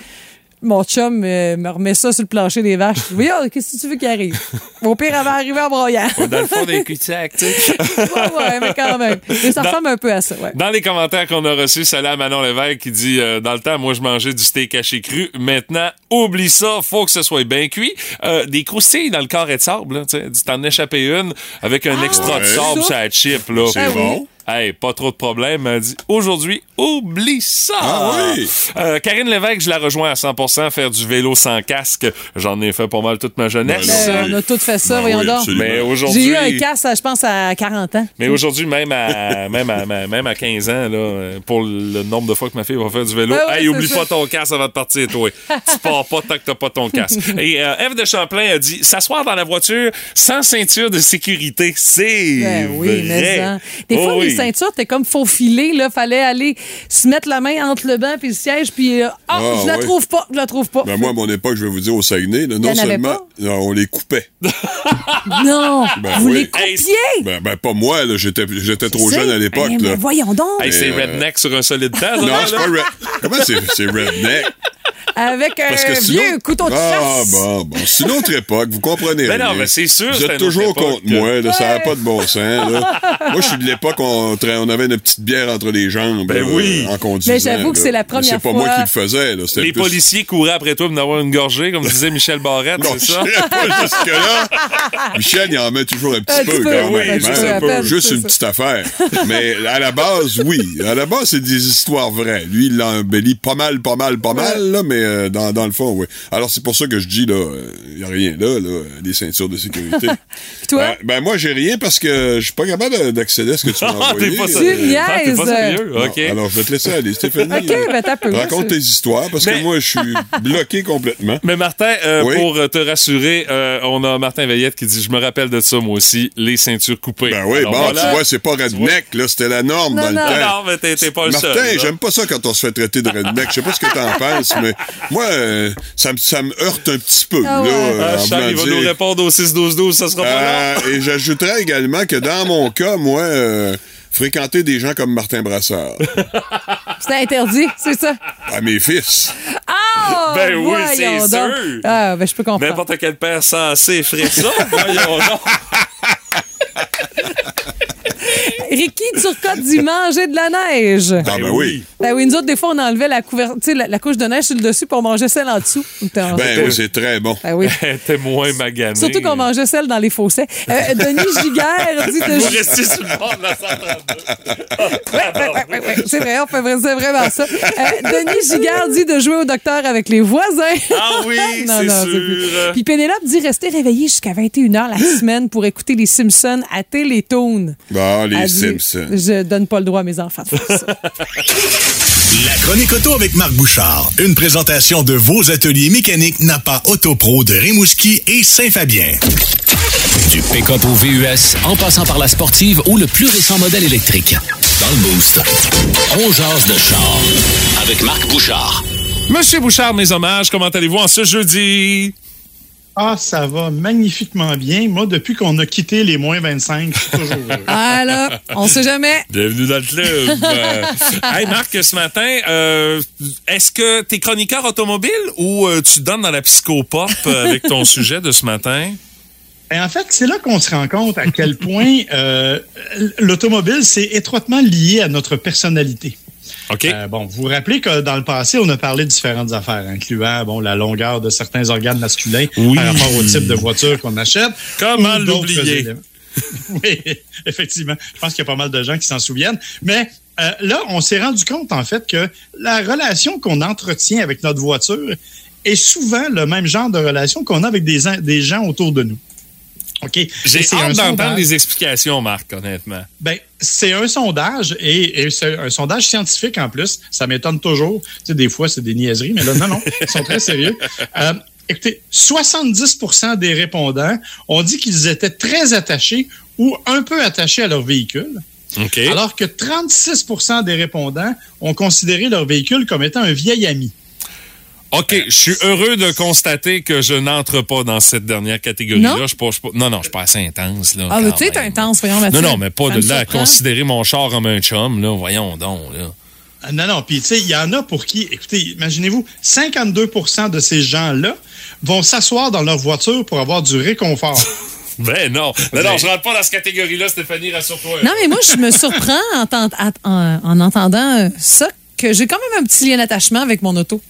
S1: mon chum euh, me remet ça sur le plancher des vaches. Voyons, qu'est-ce que tu veux qu'il arrive? Au pire, elle va arriver en broyant.
S2: Dans le fond des cul-de-sac, tu sais.
S1: ouais, ouais, mais quand même. Mais ça
S2: Dans-
S1: ressemble un peu à ça, ouais.
S2: Dans les commentaires qu'on a reçus, celle-là, Manon Lévesque qui dit euh, Dans le temps, moi, je mangeais du steak haché cru. Maintenant, oublie ça, faut que ce soit bien cuit. Euh, des croustilles dans le carré de sable, là, tu sais. Tu t'en échappais une avec un extra de
S1: Ah, ouais.
S2: sable sur la chip, là.
S1: C'est Ah oui. bon.
S2: Hey, pas trop de problème. Elle dit aujourd'hui, oublie ça.
S11: Ah oui?
S2: Euh, Karine Lévesque, je la rejoins à 100 faire du vélo sans casque. J'en ai fait pas mal toute ma jeunesse.
S1: Ben, on a tout fait ça,
S11: Ben
S1: voyons
S11: oui,
S1: donc.
S11: absolument.
S2: Mais aujourd'hui.
S1: J'ai eu un casse, je pense, à 40 ans.
S2: Mais aujourd'hui, même à, même, à, même à 15 ans, là, euh, pour le nombre de fois que ma fille va faire du vélo,
S1: Ben ouais,
S2: hey,
S1: c'est
S2: oublie
S1: ça.
S2: pas ton casque avant de partir, toi. tu pars pas tant que t'as pas ton casque. Et euh, Ève de Champlain a dit s'asseoir dans la voiture sans ceinture de sécurité, c'est
S1: Ben
S2: vrai.
S1: oui, mais en. Des fois,
S2: Oh
S1: les
S2: oui.
S1: ceintures, t'es comme faufilé, là. Fallait aller se mettre la main entre le banc puis le siège, puis euh, ah,
S11: Ah,
S1: je la
S11: ouais.
S1: trouve pas, je la trouve pas.
S11: Ben moi, à mon époque, je vais vous dire, au Saguenay, là, non
S1: en avait
S11: seulement
S1: pas?
S11: non, on les coupait.
S1: Non,
S11: Ben
S1: vous
S11: oui.
S1: les coupiez!
S2: Hey,
S11: Ben, ben, pas moi, là, j'étais, j'étais trop
S1: C'est-
S11: jeune à l'époque.
S1: Ben, mais
S11: là.
S1: voyons donc,
S2: Hey, c'est
S11: Euh,
S2: redneck sur un solide temps.
S11: Non,
S2: là,
S11: c'est
S2: là.
S11: pas red... Comment c'est, c'est redneck?
S1: avec un
S11: Parce que sinon...
S1: vieux couteau de
S11: ah,
S1: chasse.
S11: bon, bon. C'est une autre époque, vous comprenez
S2: Ben non,
S11: rien.
S2: ben c'est sûr,
S11: Vous
S2: c'est une
S11: êtes toujours
S2: autre époque.
S11: contre moi, là, ça n'a pas de bon sens. Là. moi, je suis de l'époque où on, tra- on avait une petite bière entre les jambes
S2: Ben
S11: là,
S2: oui.
S11: en conduisant.
S1: Mais j'avoue que
S11: là.
S1: c'est la
S11: Mais
S1: première
S11: C'est pas
S1: fois-
S11: moi qui le faisais. Là. C'était
S2: Les
S11: plus-
S2: policiers couraient après toi pour d'avoir une gorgée, comme disait Michel Barrette,
S11: Non,
S2: c'est
S11: je
S2: ça?
S11: dirais pas jusque-là. Michel, il en met toujours un petit
S1: Un
S11: peu,
S1: petit peu,
S11: quand
S1: oui,
S11: même.
S1: juste
S11: hein.
S1: un peu,
S11: Juste
S1: c'est
S11: une
S1: ça.
S11: petite affaire. Mais à la base, oui. À la base, c'est des histoires vraies. Lui, il l'a embelli pas mal, pas mal, pas mal, là, mais euh, dans, dans le fond, oui. Alors, c'est pour ça que je dis, là, il n'y a rien là, là, des ceintures de sécurité.
S1: Puis toi,
S11: Ben, ben, moi, j'ai rien parce que je suis pas capable de- d'accéder à ce que tu m'as
S2: Ah,
S11: envoyé.
S2: t'es pas,
S1: Tu
S2: sérieux. Ah, t'es pas
S1: niaises.
S2: sérieux.
S11: Non,
S2: OK.
S11: Alors, je vais te laisser aller, Stéphanie.
S1: OK, ben, t'as peu.
S11: Raconte tes histoires, parce
S2: Mais-
S11: que moi, je suis bloqué complètement.
S2: Mais Martin, euh,
S11: Oui.
S2: pour euh, te rassurer, euh, on a Martin Veillette qui dit Je me rappelle de ça, moi aussi, les ceintures coupées.
S11: Ben oui,
S2: Alors,
S11: bon,
S2: voilà. Ah,
S11: tu vois, c'est pas redneck, là, c'était la norme
S1: Non,
S11: dans
S1: non.
S11: le temps.
S2: Non, mais t'es- t'es pas le
S11: Martin,
S2: seul. là.
S11: j'aime pas ça quand on se fait traiter de redneck. Je sais pas ce que t'en penses, mais moi, euh, ça me ça me heurte un petit peu.
S1: Ah
S11: là,
S1: ouais.
S11: euh,
S2: Ah,
S11: en
S2: Charles, il
S11: voulant
S2: va
S11: dire.
S2: nous répondre au 6-12-12, ça sera pas long.
S11: Euh, et j'ajouterais également que dans mon cas, moi, euh, fréquenter des gens comme Martin Brassard
S1: c'est interdit, c'est ça?
S11: à mes fils.
S1: Ah!
S2: Ben oui,
S1: voyons
S2: c'est
S1: donc.
S2: sûr.
S1: Ah, ben je peux comprendre.
S2: N'importe quel père sensé ferait ça. Voyons donc.
S1: Ricky Turcotte dit manger de la neige.
S11: Ah, ben oui.
S1: Ben oui, nous autres, des fois, on enlevait la, couver- tu sais, la, la couche de neige sur le dessus, puis on mangeait celle en dessous. Ben
S11: Ben oui, c'est très bon.
S1: Ben oui.
S2: T'es moins magané.
S1: Surtout qu'on mangeait celle dans les fossés. Euh, Denis Giguère dit de
S2: Vous restez sur le bord de la
S1: Ouais, ouais, c'est vrai, on fait vrai- c'est vraiment ça. Euh, Denis Giguère dit de jouer au docteur avec les voisins.
S2: Ah oui, c'est sûr.
S1: Puis Pénélope dit rester réveillé jusqu'à 21h la semaine pour écouter les Simpsons à Télétoon.
S11: Bon, les
S1: Elle dit,
S11: Simpsons.
S1: Je donne pas le droit à mes enfants de faire ça.
S12: La chronique auto avec Marc Bouchard. Une présentation de vos ateliers mécaniques Napa Autopro de Rimouski et Saint-Fabien.
S6: Du pick-up au VUS, en passant par la sportive ou le plus récent modèle électrique. Dans le Boost, on jase de char avec Marc Bouchard.
S2: Monsieur Bouchard, mes hommages, comment allez-vous en ce jeudi?
S13: Ah, ça va magnifiquement bien. Moi, depuis qu'on a quitté les moins 25, je suis toujours heureux.
S1: Ah là, on sait jamais.
S2: Bienvenue dans le club. Euh, hey Marc, ce matin, euh, est-ce que t'es chroniqueur automobile ou euh, tu donnes dans la psychopop euh, avec ton sujet de ce matin?
S13: Et ben, en fait, c'est là qu'on se rend compte à quel point euh, l'automobile, c'est étroitement lié à notre personnalité.
S2: OK.
S1: Euh,
S13: bon, vous vous rappelez que dans le passé, on a parlé de différentes affaires, incluant bon, la longueur de certains organes masculins par rapport au type de voiture qu'on achète.
S2: Comment
S13: ou d'autres
S2: l'oublier?
S13: éléments. oui, effectivement. Je pense qu'il y a pas mal de gens qui s'en souviennent. Mais euh, là, on s'est rendu compte, en fait, que la relation qu'on entretient avec notre voiture est souvent le même genre de relation qu'on a avec des, en- des gens autour de nous. OK? Et
S2: J'ai
S13: c'est un
S2: hâte d'entendre
S13: sondage.
S2: des explications, Marc, honnêtement.
S13: Ben, c'est un sondage et, et c'est un sondage scientifique en plus. Ça m'étonne toujours. Tu sais, des fois, c'est des niaiseries, mais là, non, non, ils sont très sérieux. Euh, écoutez, 70 des répondants ont dit qu'ils étaient très attachés ou un peu attachés à leur véhicule. Alors que 36 des répondants ont considéré leur véhicule comme étant un vieil ami.
S2: OK,
S1: euh,
S2: je suis heureux de constater que je n'entre pas dans cette dernière catégorie-là.
S1: Non?
S2: Je suis pas- je suis pas- non, non, je suis pas assez intense. Là,
S1: Ah, mais
S2: quand
S1: tu sais,
S2: même.
S1: t'es intense, voyons, Mathieu.
S2: Non, non, mais pas
S1: Ça hein?
S2: de
S1: me
S2: là à
S1: surprend.
S2: considérer mon char comme un chum, là. Voyons donc, là.
S13: Ah, Non, non. Puis, tu sais, il y en a pour qui, écoutez, imaginez-vous, 52 de ces gens-là vont s'asseoir dans leur voiture pour avoir du réconfort.
S2: Ben non. Non,
S13: Mais-
S2: non, je rentre pas dans cette catégorie-là, Stéphanie, rassure-toi.
S1: Non, mais moi, je me surprends en, tent- à- en- en entendant euh, ça que j'ai quand même un petit lien d'attachement avec mon auto.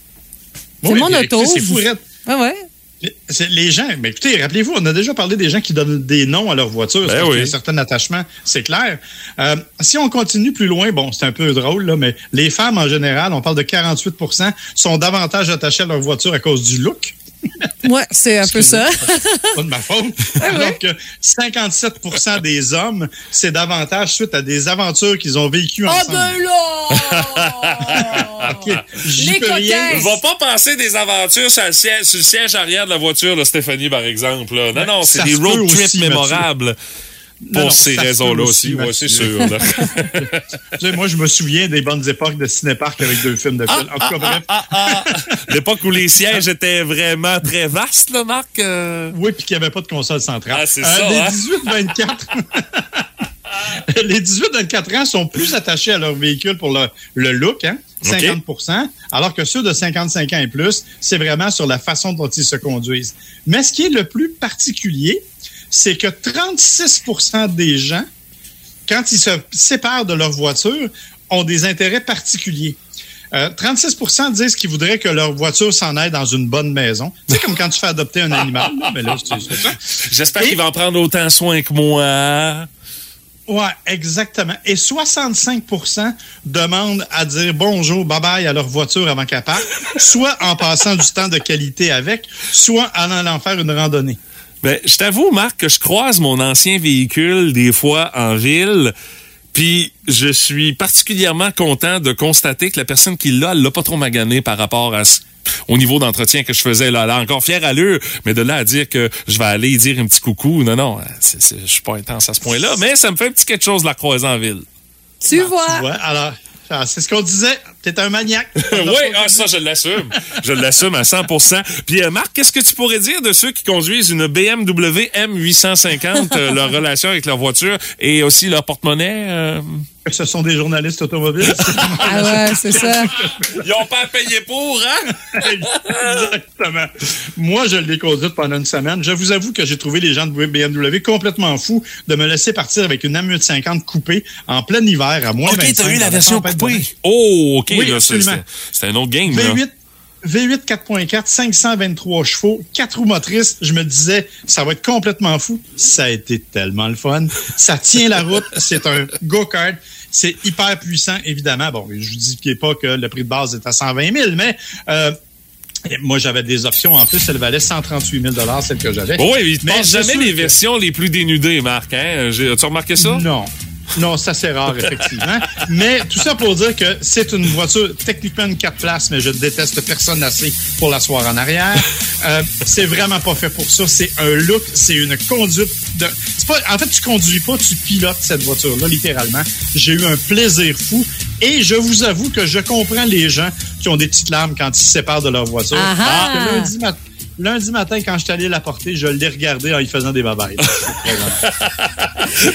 S1: C'est
S13: Oui,
S1: mon
S13: puis,
S1: auto.
S13: écoutez, c'est fou, raide.
S1: Ouais, ouais.
S13: C'est- Les gens, mais écoutez, rappelez-vous, on a déjà parlé des gens qui donnent des noms à leur voiture,
S2: Ben
S13: c'est parce qu'il y a un certain attachement, c'est clair. Euh, si on continue plus loin, bon, c'est un peu drôle, là, mais les femmes en général, on parle de 48 sont davantage attachées à leur voiture à cause du look.
S1: Ouais, c'est un peu ça.
S13: pas de ma faute. Alors que 57 des hommes, c'est davantage suite à des aventures qu'ils ont vécues
S1: Ah,
S13: ensemble.
S1: ben là! Ah, ben
S13: OK, j'y
S1: Les
S13: peux rien.
S2: Va pas passer des aventures sur le siège, sur le siège arrière de la voiture, là, Stéphanie, par exemple. là. Non,
S13: Ben,
S2: non, c'est
S13: ça
S2: des
S13: se peut
S2: road trips
S13: aussi, Mathieu.
S2: mémorables pour
S13: Non, non,
S2: ces
S13: ça se
S2: raisons-là
S13: peut
S2: aussi. Ouais, c'est
S13: Mathieu.
S2: sûr. là.
S13: Tu sais, moi, je me souviens des bonnes époques de Cinépark avec deux films de film. En tout cas, bref.
S2: L'époque où les sièges étaient vraiment très vastes, là, Marc. euh.
S13: Oui, puis qu'il n'y avait pas de console centrale.
S2: Ah, c'est
S13: Euh,
S2: ça. hein?
S13: les 18-24 les 18-24 ans sont plus attachés à leur véhicule pour le, le look, hein, 50 alors que ceux de 55 ans et plus, c'est vraiment sur la façon dont ils se conduisent. Mais ce qui est le plus particulier, c'est que 36 des gens, quand ils se séparent de leur voiture, ont des intérêts particuliers. Euh, 36 disent qu'ils voudraient que leur voiture s'en aille dans une bonne maison. C'est comme quand tu fais adopter un animal. là, mais là, c'est- c'est ça.
S2: J'espère qu'il va en prendre autant soin que moi.
S13: Oui, exactement. Et 65 demandent à dire bonjour, bye-bye à leur voiture avant qu'elle parte, soit en passant du temps de qualité avec, soit en allant faire une randonnée.
S2: Ben, je t'avoue, Marc, que je croise mon ancien véhicule des fois en ville. Puis je suis particulièrement content de constater que la personne qui l'a, elle l'a pas trop magané par rapport à ce- au niveau d'entretien que je faisais là, Elle a encore fière allure, mais de là à dire que je vais aller y dire un petit coucou, non, non, c'est- c'est- je suis pas intense à ce point-là, mais ça me fait un petit quelque chose de la croiser en ville.
S1: Tu vois.
S13: Tu vois, alors, ah, c'est ce qu'on disait. T'es un maniaque.
S2: oui, ah, ça, je l'assume. Je l'assume à 100 Puis, euh, Marc, qu'est-ce que tu pourrais dire de ceux qui conduisent une BMW M850, euh, leur relation avec leur voiture et aussi leur porte-monnaie? euh?
S13: que ce sont des journalistes automobiles.
S1: Ah ouais, c'est ça.
S2: Ils ont pas payé pour, hein?
S13: Exactement. Moi, je l'ai conduite pendant une semaine. Je vous avoue que j'ai trouvé les gens de BMW complètement fous de me laisser partir avec une amute 50 coupée en plein hiver à moins
S2: OK,
S13: 25.
S2: t'as eu
S13: dans
S2: la version
S13: tempête de
S2: coupée.
S13: neige.
S2: Oh, OK.
S13: Oui,
S2: là, c'est-
S13: absolument.
S2: c'est- C'est un autre game, là.
S13: V8, V8 4.4, 523 chevaux, 4 roues motrices. Je me disais, ça va être complètement fou. Ça a été tellement le fun. Ça tient la route. C'est un go-kart. C'est hyper puissant, évidemment. Bon, je ne vous dis pas que le prix de base est à 120 000, mais... euh, moi, j'avais des options. En plus, elle valait 138 000 celle que j'avais.
S2: Oui, il te
S13: Mais
S2: passe
S13: c'est
S2: jamais
S13: sûr
S2: les
S13: que-
S2: versions les plus dénudées, Marc. Hein? J'ai- As-tu remarqué ça?
S13: Non. Non, ça c'est rare, effectivement. mais tout ça pour dire que c'est une voiture, techniquement une 4 places, mais je déteste personne assez pour l'asseoir en arrière. Euh, c'est vraiment pas fait pour ça. C'est un look, c'est une conduite de. c'est Pas... En fait, tu conduis pas, tu pilotes cette voiture-là, littéralement. J'ai eu un plaisir fou. Et je vous avoue que je comprends les gens qui ont des petites larmes quand ils se séparent de leur voiture.
S1: Ah ah!
S13: Parce que lundi, mat- lundi matin, quand je suis allé la porter, je l'ai regardée en y faisant des babayes.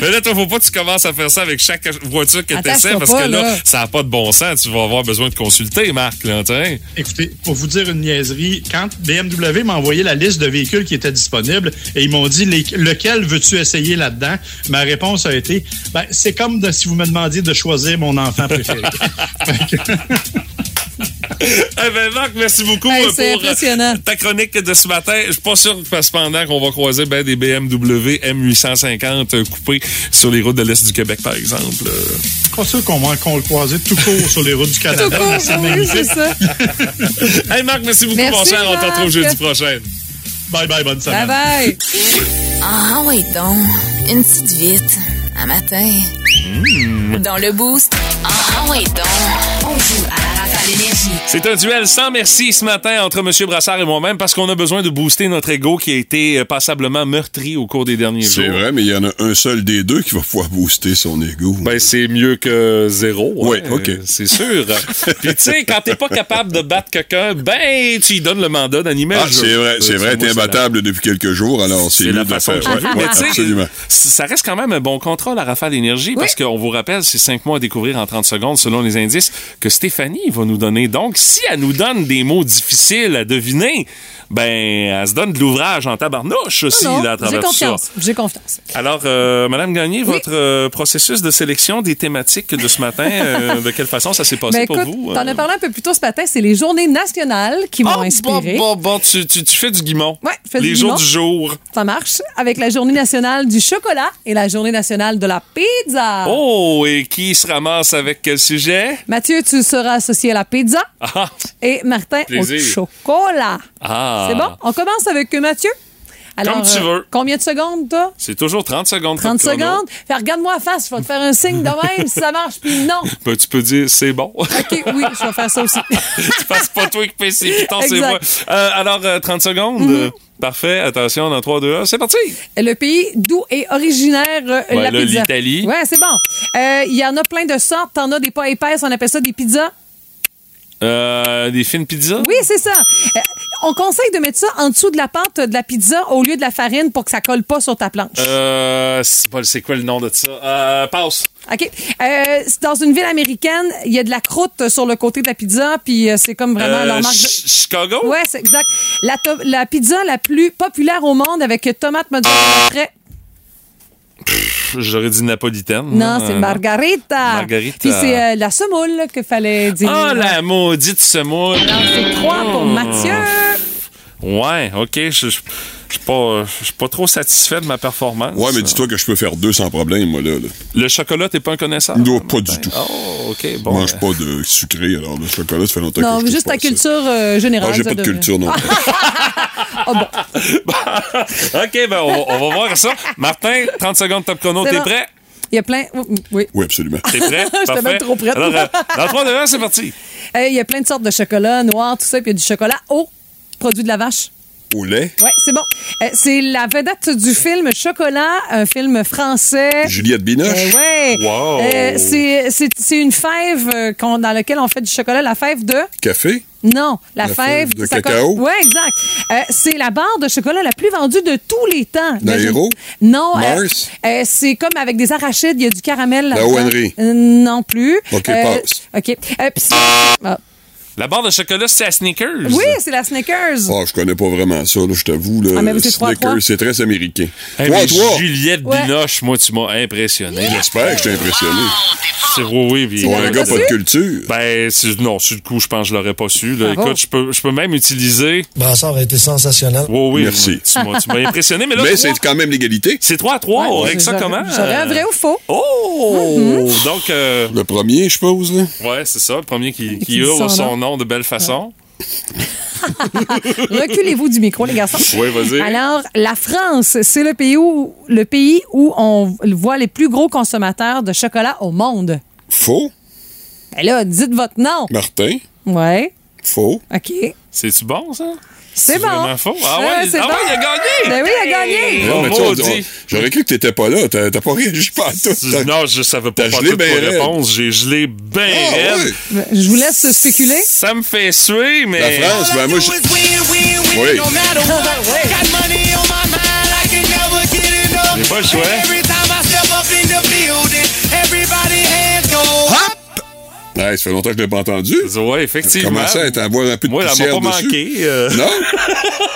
S2: Mais là, toi, faut pas que tu commences à faire ça avec chaque voiture que tu
S13: Attache-toi
S2: parce
S13: pas,
S2: que là,
S13: là.
S2: ça n'a pas de bon sens. Tu vas avoir besoin de consulter, Marc. Là, tiens.
S13: Écoutez, pour vous dire une niaiserie, quand BMW m'a envoyé la liste de véhicules qui étaient disponibles et ils m'ont dit les- lequel veux-tu essayer là-dedans, ma réponse a été ben, c'est comme de- si vous me demandiez de choisir mon enfant préféré.
S2: Eh ben, Marc, merci beaucoup
S1: Hey,
S2: euh,
S1: c'est
S2: pour euh,
S1: impressionnant.
S2: ta chronique de ce matin. Je suis pas sûr, que, cependant, qu'on va croiser ben, des BMW M850 euh, coupés sur les routes de l'Est du Québec, par exemple. Euh,
S13: Pas sûr qu'on va- qu'on le croisait tout court sur les routes du Canada.
S2: Tout court,
S13: mais c'est
S2: oui,
S13: magnifique.
S2: c'est ça. hey Marc, merci beaucoup,
S13: Merci,
S2: mon cher. On te retrouve
S13: Marc.
S2: jeudi prochain.
S13: Bye bye, bonne semaine.
S1: bye.
S14: Ah oui, donc, une petite vite, un matin. Dans le boost, ah oui, donc, on joue à la rafale énergie.
S2: C'est un duel sans merci ce matin entre M. Brassard et moi-même parce qu'on a besoin de booster notre ego qui a été euh, passablement meurtri au cours des derniers jours.
S11: C'est vrai, mais il y en a un seul des deux qui va pouvoir booster son ego.
S2: Ben, c'est mieux que zéro.
S11: Oui,
S2: hein,
S11: OK.
S2: euh, C'est sûr. Puis, tu sais, quand t'es pas capable de battre quelqu'un, ben, tu lui donnes le mandat d'animer
S11: Ah,
S2: le jeu.
S11: c'est vrai,
S2: Euh,
S11: c'est vrai,
S2: moi,
S11: t'es
S2: c'est la-
S11: imbattable depuis quelques jours, alors
S2: C'est
S11: c'est mieux
S2: la
S11: de le
S2: façon
S11: faire.
S2: qu'il
S11: Ouais,
S2: joue.
S11: ouais,
S2: Mais tu sais,
S11: absolument.
S2: Ça reste quand même un bon contrôle à Rafale Énergie parce qu'on vous rappelle, c'est cinq mois à découvrir en 30 secondes selon les indices que Stéphanie va nous donner. Donc, si elle nous donne des mots difficiles à deviner, ben, elle se donne de l'ouvrage en tabarnouche aussi
S1: Ah Non,
S2: là, à
S1: j'ai
S2: travers tout ça.
S1: confiance. J'ai confiance.
S2: Alors, euh, Madame Gagné, votre euh, processus de sélection des thématiques de ce matin, euh, de quelle façon ça s'est passé
S1: Ben,
S2: pour
S1: écoute,
S2: vous?
S1: t'en
S2: euh? Ah,
S1: as parlé un peu plus tôt ce matin, c'est les journées nationales qui m'ont inspiré.
S2: Bon, bon, tu, tu- tu fais du guimond.
S1: Ouais, je fais
S2: les
S1: du
S2: jours
S1: guimond.
S2: du jour.
S1: Ça marche avec la journée nationale du chocolat et la journée nationale de la pizza.
S2: Oh, et qui se ramasse avec quel sujet?
S1: Mathieu, tu seras associé à la pizza
S2: Ah!
S1: et Martin
S2: Plaisir.
S1: au chocolat.
S2: Ah.
S1: C'est bon? On commence avec Mathieu. Alors, euh,
S2: Comme tu veux.
S1: Combien de secondes, toi?
S2: C'est toujours 30 secondes.
S1: 30
S2: comme chrono.
S1: secondes. Fait, regarde-moi la face, je vais te faire un signe de même si ça marche, puis non.
S2: Ben, tu peux dire c'est bon.
S1: OK, oui, je vais faire ça aussi.
S2: tu passes pas toi qui précipitant, c'est
S1: Exact. Mhm.
S2: moi. Euh, alors, euh, 30 secondes. euh, Parfait. Attention, dans 3, 2, 1, c'est parti.
S1: Le pays d'où est originaire euh,
S2: Ben
S1: la
S2: là,
S1: pizza?
S2: l'Italie.
S1: Ouais, c'est bon. Euh, Il y en a plein de sortes. T'en as des pas épaisses, on appelle ça des pizzas.
S2: Euh, des fines pizzas?
S1: Oui, c'est ça. Euh, on conseille de mettre ça en dessous de la pâte de la pizza au lieu de la farine pour que ça colle pas sur ta planche.
S2: Euh, c'est pas- c'est quoi le nom de ça? Euh, passe.
S1: OK. Euh, c'est dans une ville américaine, il y a de la croûte sur le côté de la pizza, puis euh, c'est comme vraiment
S2: Euh,
S1: leur marque de-
S2: Ch- Chicago?
S1: Ouais, c'est exact. La, to- la pizza la plus populaire au monde avec tomate mozzarella frais.
S2: Pff, J'aurais dit napolitaine.
S1: Non,
S2: Euh,
S1: c'est margarita.
S2: Margarita.
S1: Puis c'est euh, la semoule qu'il fallait dire.
S2: Ah, la Oh. maudite semoule.
S1: C'est trois pour Mathieu.
S11: Ah,
S2: Ouais, OK. Je je- je suis pas, je suis pas trop satisfait de ma performance.
S11: Ouais, mais dis-toi que je peux faire deux sans problème, moi, là. là.
S2: Le chocolat, t'es pas un connaisseur?
S11: Non, pas du tout.
S2: Oh, OK,
S11: Je
S2: bon.
S11: mange pas de sucré, alors le chocolat, ça fait longtemps
S1: Non,
S11: que je touche
S1: juste
S11: pas
S1: ta
S11: à ça.
S1: culture euh, générale.
S11: Ah, j'ai
S1: ça ah,
S11: pas de
S1: devrait.
S11: culture non plus.
S2: OK, ben, on, va- on va voir ça. Martin, 30 secondes top chrono,
S1: C'est
S2: t'es
S1: bon.
S2: prêt?
S1: Il y a plein. Oui.
S11: Oui, absolument.
S1: Ah.
S2: T'es prêt?
S1: J'étais
S2: Parfait.
S1: même trop prête.
S2: Alors, euh, dans 3, 2, 1, c'est parti.
S1: Euh, Il y a plein de sortes de chocolat noir, tout ça, puis il y a du chocolat au produit de la vache.
S11: au lait.
S1: Oui, c'est bon. Euh, c'est la vedette du film Chocolat, un film français.
S11: Juliette Binoche.
S1: oui.
S11: Wow.
S1: c'est c'est- c'est une fève euh, qu'on- dans laquelle on fait du chocolat. La fève de?
S11: Café.
S1: Non, la,
S11: La
S1: fève,
S11: fève de
S1: ça
S11: cacao.
S1: Oui, exact. Euh, c'est la barre de chocolat la plus vendue de tous les temps.
S11: Nairo?
S1: Non. euh,
S11: Mars?
S1: euh, c'est comme avec des arachides, il y a du caramel.
S11: La
S1: là-dedans.
S11: O'Henry.
S1: Euh, non plus.
S11: OK, passe.
S1: OK. Euh, puis c'est- ah,
S2: La barre de chocolat, c'est à Snickers.
S1: oui, c'est la Snickers.
S11: Oh, je connais pas vraiment ça, là, je t'avoue.
S1: Ah,
S11: Là,
S1: mais vous, c'est trois, trois.
S11: Snickers, c'est très américain.
S2: Hey,
S11: Trois,
S2: Eh, mais
S11: trois.
S2: Juliette
S1: Ouais.
S2: Binoche, moi, tu m'as impressionné.
S11: J'espère que je t'ai impressionné.
S1: Ah!
S2: C'est oui, oui. puis-
S11: Pour un gars pas de culture.
S2: Ben, c'est- non, sur le coup, je pense que je l'aurais pas su. là.
S1: Ah
S11: Bravo.
S2: Écoute, je peux, je peux même utiliser.
S15: Brassard a été sensationnel.
S2: Oui, oui.
S11: Merci.
S2: Tu m'as tu m'as impressionné, mais là.
S11: Mais
S2: trois-
S11: c'est quand même l'égalité.
S2: C'est 3 à 3, on règle ça comment? euh?
S1: J'aurais un vrai Mhm. ou faux.
S2: Oh! Donc. euh,
S11: Le premier, je suppose, là.
S2: Ouais, c'est ça, le premier qui, qui
S1: dit son
S2: hurle
S1: nom.
S2: son nom de belle façon.
S1: Reculez-vous du micro, les garçons.
S2: Oui, vas-y.
S1: Alors, la France, c'est le pays où le pays où on voit les plus gros consommateurs de chocolat au monde.
S11: Faux.
S1: Ben là, dites votre nom.
S11: Martin.
S1: Ouais.
S11: Faux.
S1: OK.
S2: C'est-tu bon, ça?
S1: C'est bon.
S2: vraiment faux? Ah ouais,
S1: c'est
S2: ah ouais, il a gagné!
S1: Ben oui, il a gagné.
S11: Non, mais tu sais, on-
S2: Maudit.
S11: on- j'aurais cru que t'étais pas là. T'as t'as pas réagi pas à tout.
S2: Non, je savais
S11: T'as
S2: pas pas
S11: gelé
S2: toutes
S11: ben
S2: les
S11: raide.
S2: réponses. J'ai gelé bien
S11: Ah,
S2: raide.
S1: Ben, Je vous laisse spéculer.
S2: Ça me fait suer, mais...
S11: La France, ben moi, je- Oui.
S2: J'ai pas le choix.
S11: Ouais, ça fait longtemps que je l'ai pas entendu.
S2: Ouais, effectivement.
S11: Commencé à être- à avoir un peu de
S2: Moi, elle m'a
S11: poussière
S2: pas
S11: dessus.
S2: manqué. euh.
S11: Non?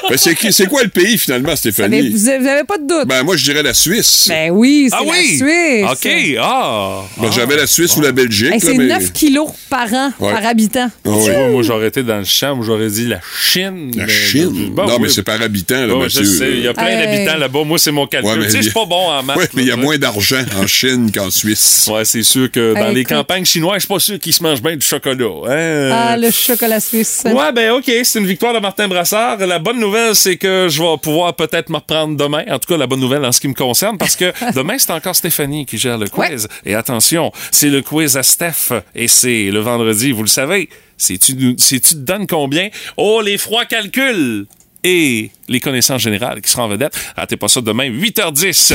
S11: Ben, c'est qui- c'est quoi le pays, finalement,
S1: Mais
S11: Stéphanie?
S1: Ah, ben, vous n'avez pas de doute.
S11: Ben, moi, je dirais la Suisse.
S1: Ben oui, c'est
S2: Ah
S1: la
S2: oui?
S1: Suisse.
S2: OK, ah!
S11: Ben, j'avais la Suisse ou la Belgique,
S1: Hey,
S11: là,
S1: c'est
S11: mais...
S1: 9 kilos par an,
S11: Ouais.
S1: par habitant.
S11: Ah oui.
S2: Tu vois, moi, j'aurais été dans le champ, moi, j'aurais dit la Chine.
S11: La
S2: mais-
S11: Chine?
S2: Ben
S11: non,
S2: oui.
S11: mais c'est par habitant, là,
S2: Ouais,
S11: monsieur.
S2: je sais, il y a plein
S1: Hey.
S2: d'habitants là-bas. Moi, c'est mon calcul.
S11: Ouais, mais
S2: tu sais, je
S11: il
S2: suis
S11: y a-
S2: pas bon en maths.
S11: Ouais, mais il y a
S2: là.
S11: moins d'argent en Chine qu'en Suisse.
S2: Ouais, c'est sûr que dans
S1: Hey,
S2: les
S1: Ah, écoute.
S2: campagnes chinoises, je suis pas sûr qu'ils se mangent bien du chocolat. hein.
S1: Ah, le chocolat suisse.
S2: Ouais, ben OK, c'est une victoire de Martin Brassard. La bonne nouvelle, c'est que je vais pouvoir peut-être me reprendre demain. En tout cas, la bonne nouvelle en ce qui me concerne, parce que demain, c'est encore Stéphanie qui gère le quiz. Et attention, c'est le quiz à Steph. Et c'est le vendredi, vous le savez. Si tu, nous- si tu te donnes combien? Oh, les froids calculs! Et les connaissances générales qui seront en vedette. Ratez pas ça demain, 8h10.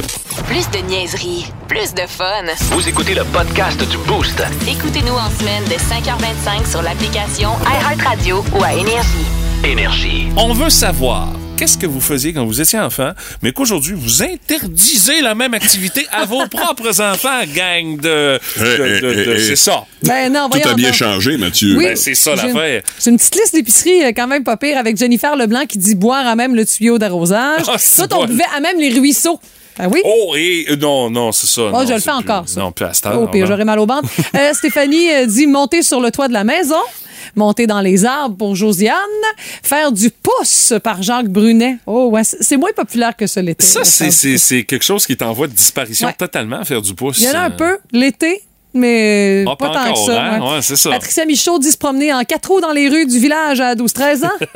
S3: Plus de niaiserie, plus de fun.
S6: Vous écoutez le podcast du Boost.
S3: Écoutez-nous en semaine de 5h25 sur l'application iHeartRadio ou à Énergie.
S6: Énergie.
S2: On veut savoir qu'est-ce que vous faisiez quand vous étiez enfant, mais qu'aujourd'hui vous interdisez la même activité à vos propres enfants, gang de. de- de- de-
S11: eh, eh, eh.
S2: c'est ça.
S1: Ben non,
S11: Tout
S1: voyons
S11: a bien
S1: donc.
S11: changé, Mathieu.
S1: Oui.
S2: Ben, c'est ça
S1: J'ai une-
S2: l'affaire.
S1: J'ai une petite liste d'épicerie euh, quand même pas pire avec Jennifer Leblanc qui dit boire à même le tuyau d'arrosage.
S2: Ah, c'est
S1: Toi, on
S2: bon.
S1: buvait à même les ruisseaux. Ben oui.
S2: Oh, et euh, non, non, c'est ça.
S1: Oh,
S2: non,
S1: je le
S2: c'est
S1: fais
S2: plus-
S1: encore, ça.
S2: Non, puis à cette heure,
S1: Oh, pire,
S2: non.
S1: j'aurais mal au ventre. Euh, Stéphanie euh, dit monter sur le toit de la maison, monter dans les arbres pour Josiane, faire du pouce par Jacques Brunet. Oh, ouais, c'est c'est moins populaire que ce l'été.
S2: Ça,
S1: là,
S2: c'est-
S1: faire du
S2: c'est
S1: pouce.
S2: c'est quelque chose qui est en voie de disparition
S1: Ouais.
S2: totalement à faire du pouce.
S1: Il y en a un
S2: Euh,
S1: peu l'été, mais
S2: Ah,
S1: pas,
S2: pas
S1: tant que
S2: encore,
S1: ça.
S2: hein? Ouais, c'est ça.
S1: Patricia Michaud dit se promener en quatre roues dans les rues du village à 12-13 ans. Tu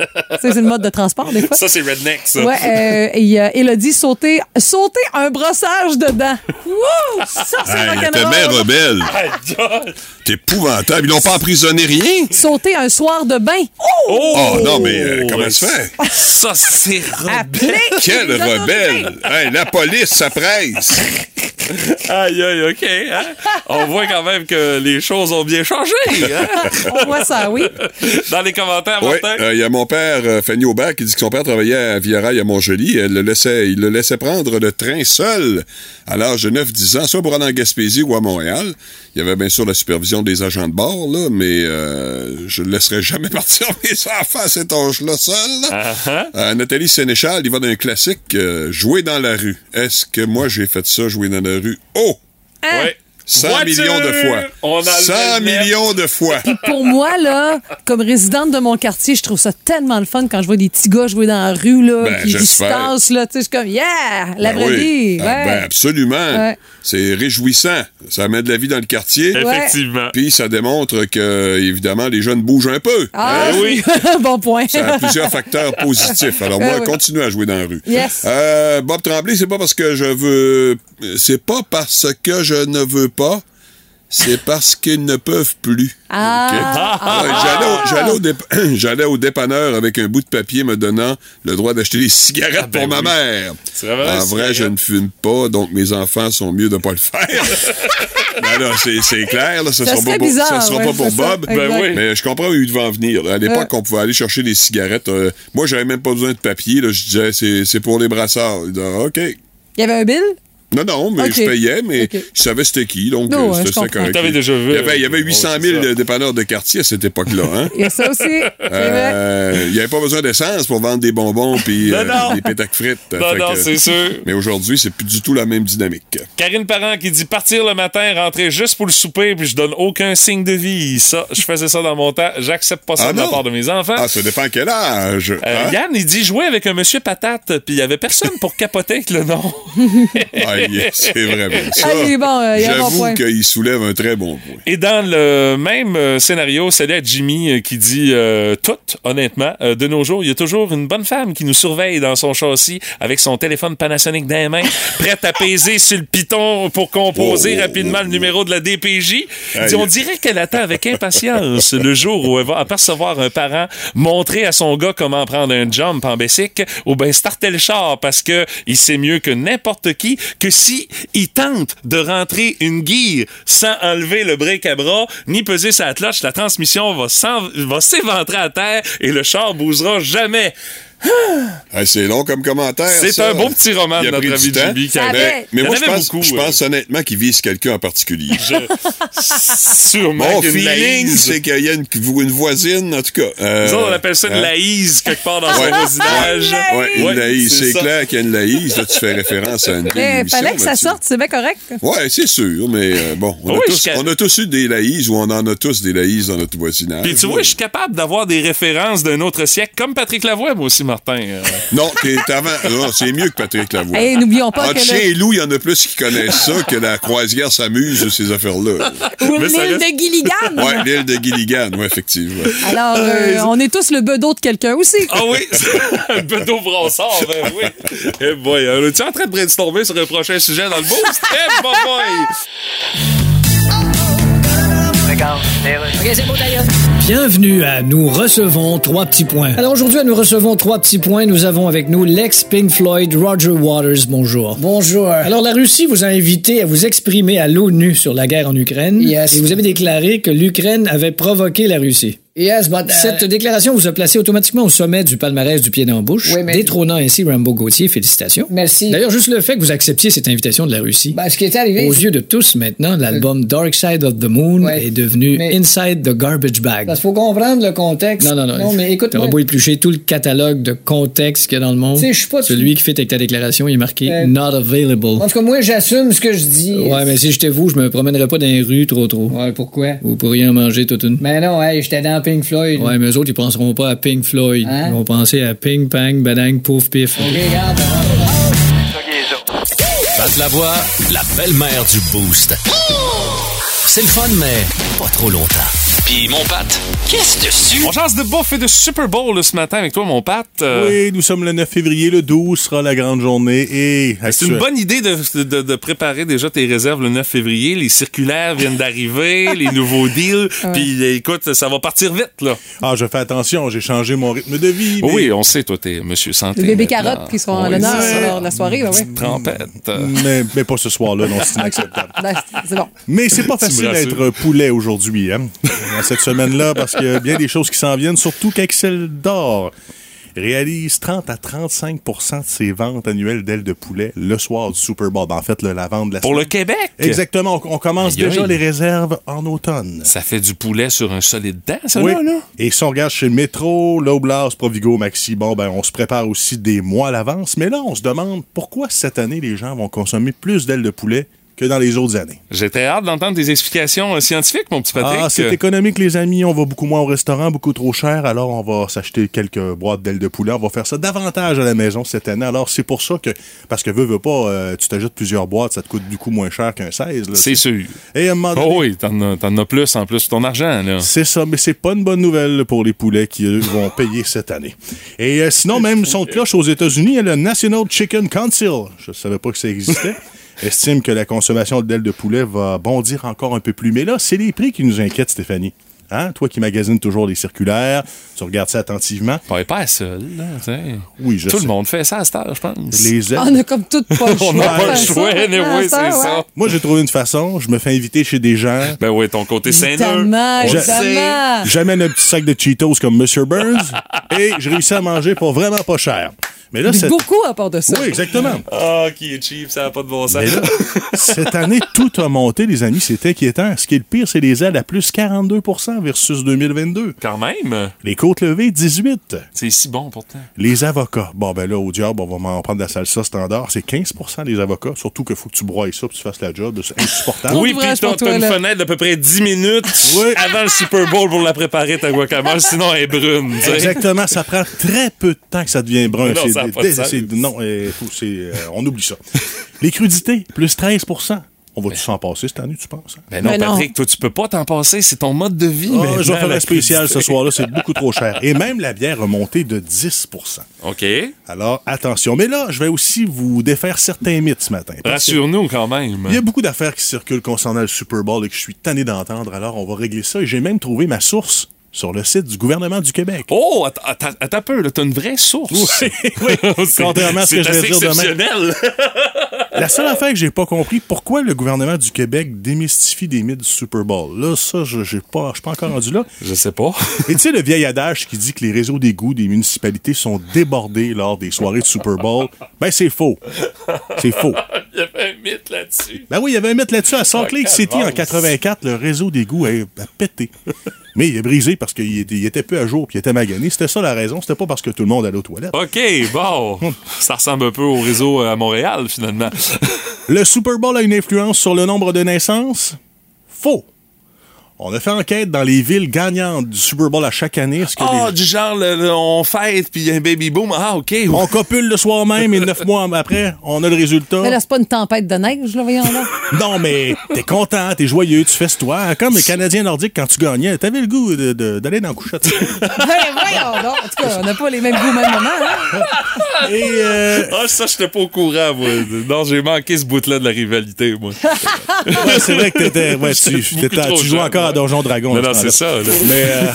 S1: sais, c'est le mode de transport, des fois.
S2: Ça, c'est redneck, ça.
S1: Ouais, euh, et il y a Elodie sauter, sauter un brossage dedans. Wouh! Ça, c'est
S11: Hey, t'es
S1: rock'n'roll.
S11: bien rebelle. T'es épouvantable. Ils n'ont pas emprisonné rien.
S1: Sauter un soir de bain.
S2: Oh,
S11: Oh, non, mais euh, comment ça se fait?
S2: Ça, c'est
S1: Ah.
S2: redneck.
S11: ben, Quelle
S1: les autorités.
S11: rebelle! Hey, la police, ça presse!
S2: Aïe, aïe, OK. hein? On voit quand même que les choses ont bien changé. hein?
S1: On voit ça, oui.
S2: Dans les commentaires,
S11: Oui,
S2: Martin.
S11: il y a mon père, euh, Fanny Aubert, qui dit que son père travaillait à Villerail à Montjoly. Elle le laissait, il le laissait prendre le train seul à l'âge de 9-10 ans, soit pour aller en Gaspésie ou à Montréal. Il y avait bien sûr la supervision des agents de bord, là, mais euh, je ne laisserai jamais partir mes enfants à cet âge-là seul.
S2: Uh-huh.
S11: Euh, Nathalie Sénéchal, il va d'un classique, euh, jouer dans la rue. Est-ce que moi j'ai fait ça, jouer dans la rue? Oh!
S1: Hein?
S2: Ouais.
S11: 100
S2: Voiture!
S11: millions de fois.
S2: On a
S11: 100
S2: le même.
S11: millions de fois.
S1: Pour moi, là, comme résidente de mon quartier, je trouve ça tellement le fun quand je vois des petits gars jouer dans la rue, là,
S11: Ben,
S1: puis ils se
S11: j'espère.
S1: tassent, là, tu sais, je suis comme, yeah, la
S11: Ben
S1: vraie
S11: oui.
S1: vie.
S11: Ah,
S1: ouais.
S11: ben absolument.
S1: Ouais.
S11: C'est réjouissant. Ça met de la vie dans le quartier.
S2: Effectivement.
S11: Puis ça démontre que, évidemment, les jeunes bougent un peu.
S1: Ah,
S11: Hein?
S2: oui.
S1: bon point.
S11: Ça a plusieurs facteurs positifs. Alors,
S1: Ah
S11: moi,
S1: oui.
S11: continuez à jouer dans la rue.
S1: Yes.
S11: Euh, Bob Tremblay, c'est pas parce que je veux. C'est pas parce que je ne veux pas. C'est parce qu'ils ne peuvent plus.
S1: Ah,
S11: Ok.
S1: ah,
S11: Ouais,
S1: ah.
S11: j'allais au- J'allais au, dép- j'allais au dépanneur avec un bout de papier me donnant le droit d'acheter des cigarettes pour ma mère.
S2: vrai,
S11: en vrai, je ne fume pas, donc mes enfants sont mieux de ne pas le faire. non, non, c'est c'est clair, là, ce
S2: Ça
S11: sera
S2: serait
S11: pas pour,
S2: bizarre,
S11: ça sera
S2: ouais,
S11: pas pour
S2: c'est ça,
S11: Bob.
S2: Ben
S1: Eh.
S2: oui. exact.
S11: Mais je comprends où il devait en venir. là. À l'époque,
S2: Euh.
S11: on pouvait aller chercher des cigarettes. euh, moi, j'avais même pas besoin de papier. là. Je disais, c'est c'est pour les brassards. Il disait, OK.
S1: Il y avait un bill?
S11: Non, non, mais
S1: Ok.
S11: je payais, mais
S1: Ok.
S11: je savais c'était qui, donc
S1: Non,
S11: euh,
S1: ouais,
S11: c'était
S1: je
S11: ça
S1: comprends.
S11: correct.
S2: T'avais déjà vu,
S11: Il y avait, il y avait
S2: euh,
S11: 800
S2: c'est
S11: 000 dépanneurs de quartier à cette époque-là. Hein?
S1: Il y a ça aussi. C'est vrai.
S11: Euh, Il n'y avait pas besoin d'essence pour vendre des bonbons puis
S2: Non,
S11: euh,
S2: non.
S11: des pétacs frites.
S2: Non, non, c'est sûr. Ah,
S11: Mais aujourd'hui, c'est plus du tout la même dynamique.
S2: Karine Parent qui dit partir le matin, rentrer juste pour le souper, puis je donne aucun signe de vie. Ça, je faisais ça dans mon temps. J'accepte pas ça
S11: Ah
S2: de la
S11: non?
S2: part de mes enfants.
S11: Ah, ça dépend quel âge.
S2: Euh,
S11: hein?
S2: Yann, il dit jouer avec un monsieur patate, puis il y avait personne pour capoter avec le nom.
S11: Aïe, c'est vrai. bon, ça,
S1: Ah, il est bon, euh, il y a un bon
S11: J'avoue
S1: point.
S11: qu'il soulève un très bon point.
S2: Et dans le même euh, scénario, salut à Jimmy euh, qui dit euh, tout, honnêtement, euh, de nos jours, il y a toujours une bonne femme qui nous surveille dans son châssis avec son téléphone Panasonic dans les mains, prête à peser sur le piton pour composer
S11: Oh,
S2: rapidement le numéro de la DPJ. Il dit,
S11: Aïe.
S2: on dirait qu'elle attend avec impatience le jour où elle va apercevoir un parent montrer à son gars comment prendre un jump en basic ou ben starter le char parce que il sait mieux que n'importe qui que si il tente de rentrer une guille sans enlever le break à bras ni peser sa cloche, la transmission va s'en- va s'éventrer à terre et le char bougera jamais.
S11: Hey, c'est long comme commentaire.
S2: C'est
S11: ça.
S2: un beau petit roman
S11: Il
S2: de
S11: a
S2: notre
S11: pris
S2: ami
S11: du temps.
S2: Jimmy qui
S1: Ah, ben.
S2: avait-
S11: Mais,
S2: Il
S11: mais
S2: y en
S11: moi, je
S2: avait
S11: pense,
S2: beaucoup,
S11: je
S2: euh.
S11: pense honnêtement qu'il vise quelqu'un en particulier.
S2: Sûrement
S11: Mon
S2: qu'une
S11: feeling,
S2: laïse.
S11: c'est qu'il y a une, une voisine, en tout cas. euh,
S2: Nous autres, on appelle ça une
S11: hein?
S2: laïse quelque part dans
S11: Ouais,
S2: son voisinage.
S11: ouais, ouais, une
S2: Ouais,
S11: laïse. C'est
S2: ça.
S11: clair qu'il y a une laïse. Là, tu fais référence à une vieille
S1: Mais
S11: émission,
S1: fallait que ça
S11: là-dessus.
S1: sorte, c'est bien correct.
S11: Ouais, c'est sûr, mais euh, bon, on,
S2: Ah Oui,
S11: a
S2: je
S11: tous,
S2: ca-
S11: on a tous eu des laïs ou on en a tous des laïs dans notre voisinage.
S2: Puis tu vois, je suis capable d'avoir des références d'un autre siècle, comme Patrick Lavoie, moi aussi, Martin. Euh,
S11: Non, t'es avant. Non, c'est mieux que Patrick Lavoie.
S1: Hey, n'oublions pas
S11: Entre
S1: que le-
S11: chien et loup, il y en a plus qui connaissent ça que la croisière s'amuse de ces affaires-là.
S1: Ou
S11: Mais ça
S1: l'île
S11: reste-
S1: de Gilligan.
S11: Ouais, l'île de Gilligan, ouais, effectivement.
S1: Alors, euh, on est tous le bedeau de quelqu'un aussi.
S2: Ah oui, un bedeau brassard, ben oui. Eh boy, euh, tu es en train de brainstormer sur un prochain sujet dans le boost? Eh boy, boy!
S4: Bienvenue à Nous recevons trois petits points. Alors aujourd'hui, à Nous recevons trois petits points, nous avons avec nous l'ex Pink Floyd Roger Waters. Bonjour. Bonjour. Alors la Russie vous a invité à vous exprimer à l'ONU sur la guerre en Ukraine.
S5: Yes.
S4: Et vous avez déclaré que l'Ukraine avait provoqué la Russie.
S5: Yes, but...
S4: Cette déclaration vous a placé automatiquement au sommet du palmarès du pied dans la bouche,
S5: Oui, mais-
S4: détrônant ainsi Rambo Gauthier. Félicitations.
S5: Merci.
S4: D'ailleurs, juste le fait que vous acceptiez cette invitation de la Russie.
S5: Ben, ce qui est arrivé...
S4: Aux yeux de tous maintenant, l'album Dark Side of the Moon
S5: Ouais.
S4: est devenu
S5: Mais-
S4: Inside the Garbage Bag.
S5: Parce qu'il faut comprendre le contexte.
S4: Non, non, non.
S5: Non, mais écoute
S4: T'auras beau éplucher tout le catalogue de contexte qu'il y a dans le monde.
S5: Tu sais, je suis pas-
S4: Celui qui fait avec ta déclaration, il est marqué
S5: Euh,
S4: Not available.
S5: En tout cas, moi, j'assume ce que je dis.
S4: Ouais, mais si j'étais vous, je me promènerais pas dans les rues trop trop.
S5: Ouais, pourquoi?
S4: Vous pourriez en manger toute une.
S5: Ben non, hey, j'étais dans Pink Floyd.
S4: Ouais, mais eux autres, ils penseront pas à Pink Floyd.
S5: Hein?
S4: Ils vont penser à Ping Pang, Badang, Pouf Pif.
S6: Pat Lavoie, la belle-mère du Boost. C'est le fun, mais pas trop longtemps. Puis mon Pat, qu'est-ce dessus?
S2: On chance de bouffe et de Super Bowl là, ce matin avec toi, mon Pat. Euh,
S15: Oui, nous sommes le 9 février, le 12 sera la grande journée et
S2: C'est une bonne idée de, de- de préparer déjà tes réserves le 9 février. Les circulaires viennent d'arriver, les nouveaux deals. Puis écoute, ça va partir vite, là.
S15: Ah, je fais attention, j'ai changé mon rythme de vie. mais-
S2: Oh Oui, on sait, toi, t'es Monsieur Santé.
S1: Les bébés
S2: maintenant.
S1: carottes qui seront en
S2: Oui,
S1: l'honneur
S2: c'est
S1: sur la soirée. ben oui.
S2: Trompette.
S15: Mais, mais Hmm. pas ce soir-là, non, c'est inacceptable.
S1: Ben, c'est bon.
S15: Mais c'est pas
S2: Tu me
S15: facile
S2: rassures.
S15: d'être poulet aujourd'hui, hein, dans cette semaine-là, parce qu'il y a bien des choses qui s'en viennent, surtout qu'Axel d'or réalise 30 à 35 de ses ventes annuelles d'ailes de poulet le soir du Super Bowl. Ben, En fait, le, la vente de la
S2: Pour le
S15: semaine.
S2: Québec.
S15: Exactement, on, on commence
S2: Aïe, aïe.
S15: déjà les réserves en automne.
S2: Ça fait du poulet sur un solide dent, ça,
S15: Oui.
S2: là, là?
S15: Et si on regarde chez Metro, Loblas, Provigo, Maxi, bon, ben, on se prépare aussi des mois à l'avance. Mais là, on se demande pourquoi cette année, les gens vont consommer plus d'ailes de poulet que dans les autres années.
S2: J'étais hâte d'entendre tes explications euh, scientifiques, mon petit Patrick.
S15: Ah, c'est
S2: Euh,
S15: économique, les amis. On va beaucoup moins au restaurant, beaucoup trop cher. Alors, on va s'acheter quelques boîtes d'ailes de poulet. On va faire ça davantage à la maison cette année. Alors, c'est pour ça que, parce que veux, veux pas, euh, tu t'ajoutes plusieurs boîtes, ça te coûte du coup moins cher qu'un 16. là.
S2: C'est sûr.
S15: Et à un moment donné-
S2: Oh oui, t'en as- t'en as plus en plus pour ton argent, là.
S15: Ah, C'est ça, mais c'est pas une bonne nouvelle pour les poulets qui euh, eux, vont payer cette année. Et euh, sinon, même son de cloche aux États-Unis, il y a le National Chicken Council. Je savais pas que ça existait. estime que la consommation d'ailes de poulet va bondir encore un peu plus. Mais là, c'est les prix qui nous inquiètent, Stéphanie. Hein? Toi qui magasines toujours les circulaires, tu regardes ça attentivement.
S2: On n'est pas seul. Là, tu sais.
S15: Oui, je
S2: Tout
S15: sais.
S2: le monde fait ça à cette heure, je pense.
S15: Les ailes-
S1: On a comme tout pas le choix.
S2: On n'a pas le
S1: de faire
S2: choix,
S1: ça,
S2: anyway,
S1: maintenant,
S2: c'est ça.
S1: ouais.
S15: Moi, j'ai trouvé une façon. Je me fais inviter chez des gens.
S2: Ben oui, ton côté saineux.
S1: Évidemment,
S15: Je-
S1: évidemment.
S15: J'amène un petit sac de Cheetos comme Monsieur Burns et je réussis à manger pour vraiment pas cher. Mais là,
S1: Mais
S15: cette-
S1: Beaucoup à part de ça.
S15: Oui, exactement.
S2: Ah, qui est cheap, ça n'a pas de bon sens.
S15: Mais là, cette année, tout a monté, les amis. C'est inquiétant. Ce qui est le pire, c'est les ailes à plus 42 versus 2022.
S2: Quand même,
S15: Les côtes levées, 18
S2: c'est si bon pourtant.
S15: Les avocats. Bon, ben là, au diable, on va m'en prendre de la salsa standard. C'est 15 des avocats. Surtout qu'il faut que tu broyes ça puis tu fasses la job. C'est insupportable.
S2: oui, puis
S1: d'ouvrage
S2: t'as
S1: pour toi,
S2: t'as une
S1: là.
S2: fenêtre d'à peu près 10 minutes avant le Super Bowl pour la préparer, ta guacamole, sinon elle est brune. tu sais.
S15: Exactement, ça prend très peu de temps que ça devient brun.
S2: Non,
S15: C'est-
S2: ça a pas de sens.
S15: c'est- non, euh, faut- c'est, euh, on oublie ça. Les crudités, plus 13 On va-tu s'en passer cette année, tu penses? hein?
S2: Ben non,
S1: Mais non.
S2: Patrick, toi, tu peux pas t'en passer, c'est ton mode de vie.
S15: Ah,
S2: maintenant,
S15: je vais faire
S2: la
S15: un spécial ce
S2: crudité.
S15: soir-là, c'est beaucoup trop cher. Et même la bière a monté de 10
S2: OK.
S15: Alors, attention. Mais là, je vais aussi vous défaire certains mythes ce matin. Parce que
S2: Rassure-nous quand même.
S15: Il y a beaucoup d'affaires qui circulent concernant le Super Bowl et que je suis tanné d'entendre, alors on va régler ça. Et j'ai même trouvé ma source sur le site du gouvernement du Québec.
S2: Oh, att- att- attends un peu, là, t'as une vraie source.
S15: oui,
S2: C'est-
S15: contrairement à ce que
S2: c'est
S15: je vais
S2: assez
S15: dire demain.
S2: exceptionnel.
S15: La seule affaire que j'ai pas compris, pourquoi le gouvernement du Québec démystifie des mythes du Super Bowl? Là, ça, je j'ai pas, je suis pas encore rendu là.
S2: Je sais pas.
S15: Et tu sais, le vieil adage qui dit que les réseaux d'égouts des municipalités sont débordés lors des soirées de Super Bowl, ben c'est faux. C'est faux.
S2: Il y avait un mythe là-dessus.
S15: Ben oui, il y avait un mythe là-dessus. À Salt
S2: Ah,
S15: Lake City, en
S2: calvaire.
S15: 84, le réseau d'égouts a, a pété. Mais il est brisé parce qu'il était, il était peu à jour puis il était magané. C'était ça la raison. C'était pas parce que tout le monde allait aux toilettes.
S2: OK, bon. Ça ressemble un peu au réseau euh, à Montréal, finalement.
S15: Le Super Bowl a une influence sur le nombre de naissances? Faux. On a fait enquête dans les villes gagnantes du Super Bowl à chaque année. Est-ce que
S2: Ah,
S15: les-
S2: du genre, le- le- on fête, puis il y a un baby boom. Ah, OK.
S15: On copule le soir même et neuf mois après, on a le résultat.
S1: Mais là, c'est pas une tempête de neige, là, voyons là.
S15: Non, mais t'es content, t'es joyeux, tu fesses toi. Comme les Canadiens nordiques, quand tu gagnais, t'avais le goût de- de- d'aller dans la couchette.
S1: Ben, voyons donc. En tout cas, on n'a pas les mêmes goûts au même moment. hein.
S15: Et euh,
S2: Ah, ça, j'étais pas au courant, moi. Non, j'ai manqué ce bout-là de la rivalité, moi.
S15: ouais, c'est vrai que t'étais, ouais, tu,
S2: J'étais beaucoup
S15: t'étais- tu
S2: trop
S15: jouais
S2: jeune,
S15: encore à
S2: ouais.
S15: Donjon Dragon.
S2: Non,
S15: à
S2: non,
S15: ce
S2: c'est ça.
S15: temps-là.
S2: là.
S15: Mais euh,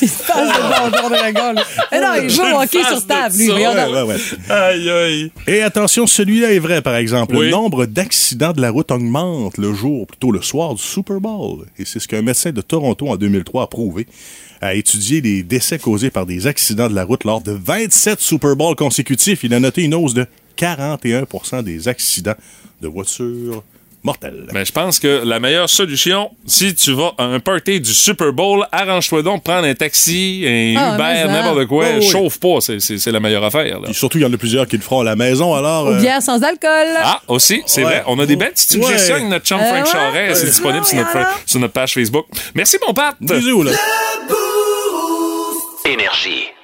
S1: Il passe de bon bord de la gueule. Mais non, il joue
S2: Une
S1: au hockey
S2: face
S1: sur table,
S2: de
S1: lui.
S2: ça,
S1: Voyons
S15: ouais,
S1: donc.
S15: ouais, ouais.
S2: Aïe, aïe.
S15: Et attention, celui-là est vrai, par exemple.
S2: Oui.
S15: Le nombre d'accidents de la route augmente le jour, plutôt le soir du Super Bowl. Et c'est ce qu'un médecin de Toronto en 2003 a prouvé. A étudié les décès causés par des accidents de la route lors de 27 Super Bowls consécutifs. Il a noté une hausse de 41 des accidents de voitures mortelles.
S2: Mais Ben, je pense que la meilleure solution, si tu vas à un party du Super Bowl, arrange-toi donc de prendre un taxi, un
S1: Ah, mais Oh,
S2: Uber,
S1: ça.
S2: n'importe quoi.
S15: Oui, oui.
S2: Chauffe pas, c'est- c'est c'est la meilleure affaire. Là.
S15: Et surtout, il y en a plusieurs qui le feront à la maison, alors...
S1: Ou
S15: euh,
S1: bière sans alcool.
S2: Ah, aussi, c'est
S15: Ouais.
S2: vrai. On a des belles petites suggestions
S15: Ouais.
S2: avec notre chum
S1: Euh,
S2: Frank
S1: ouais.
S2: Charest. C'est
S1: Ouais.
S2: disponible sur notre,
S1: Ouais.
S15: euh,
S2: sur notre page Facebook. Merci, mon Pat.
S15: bisous, là.
S6: Énergie.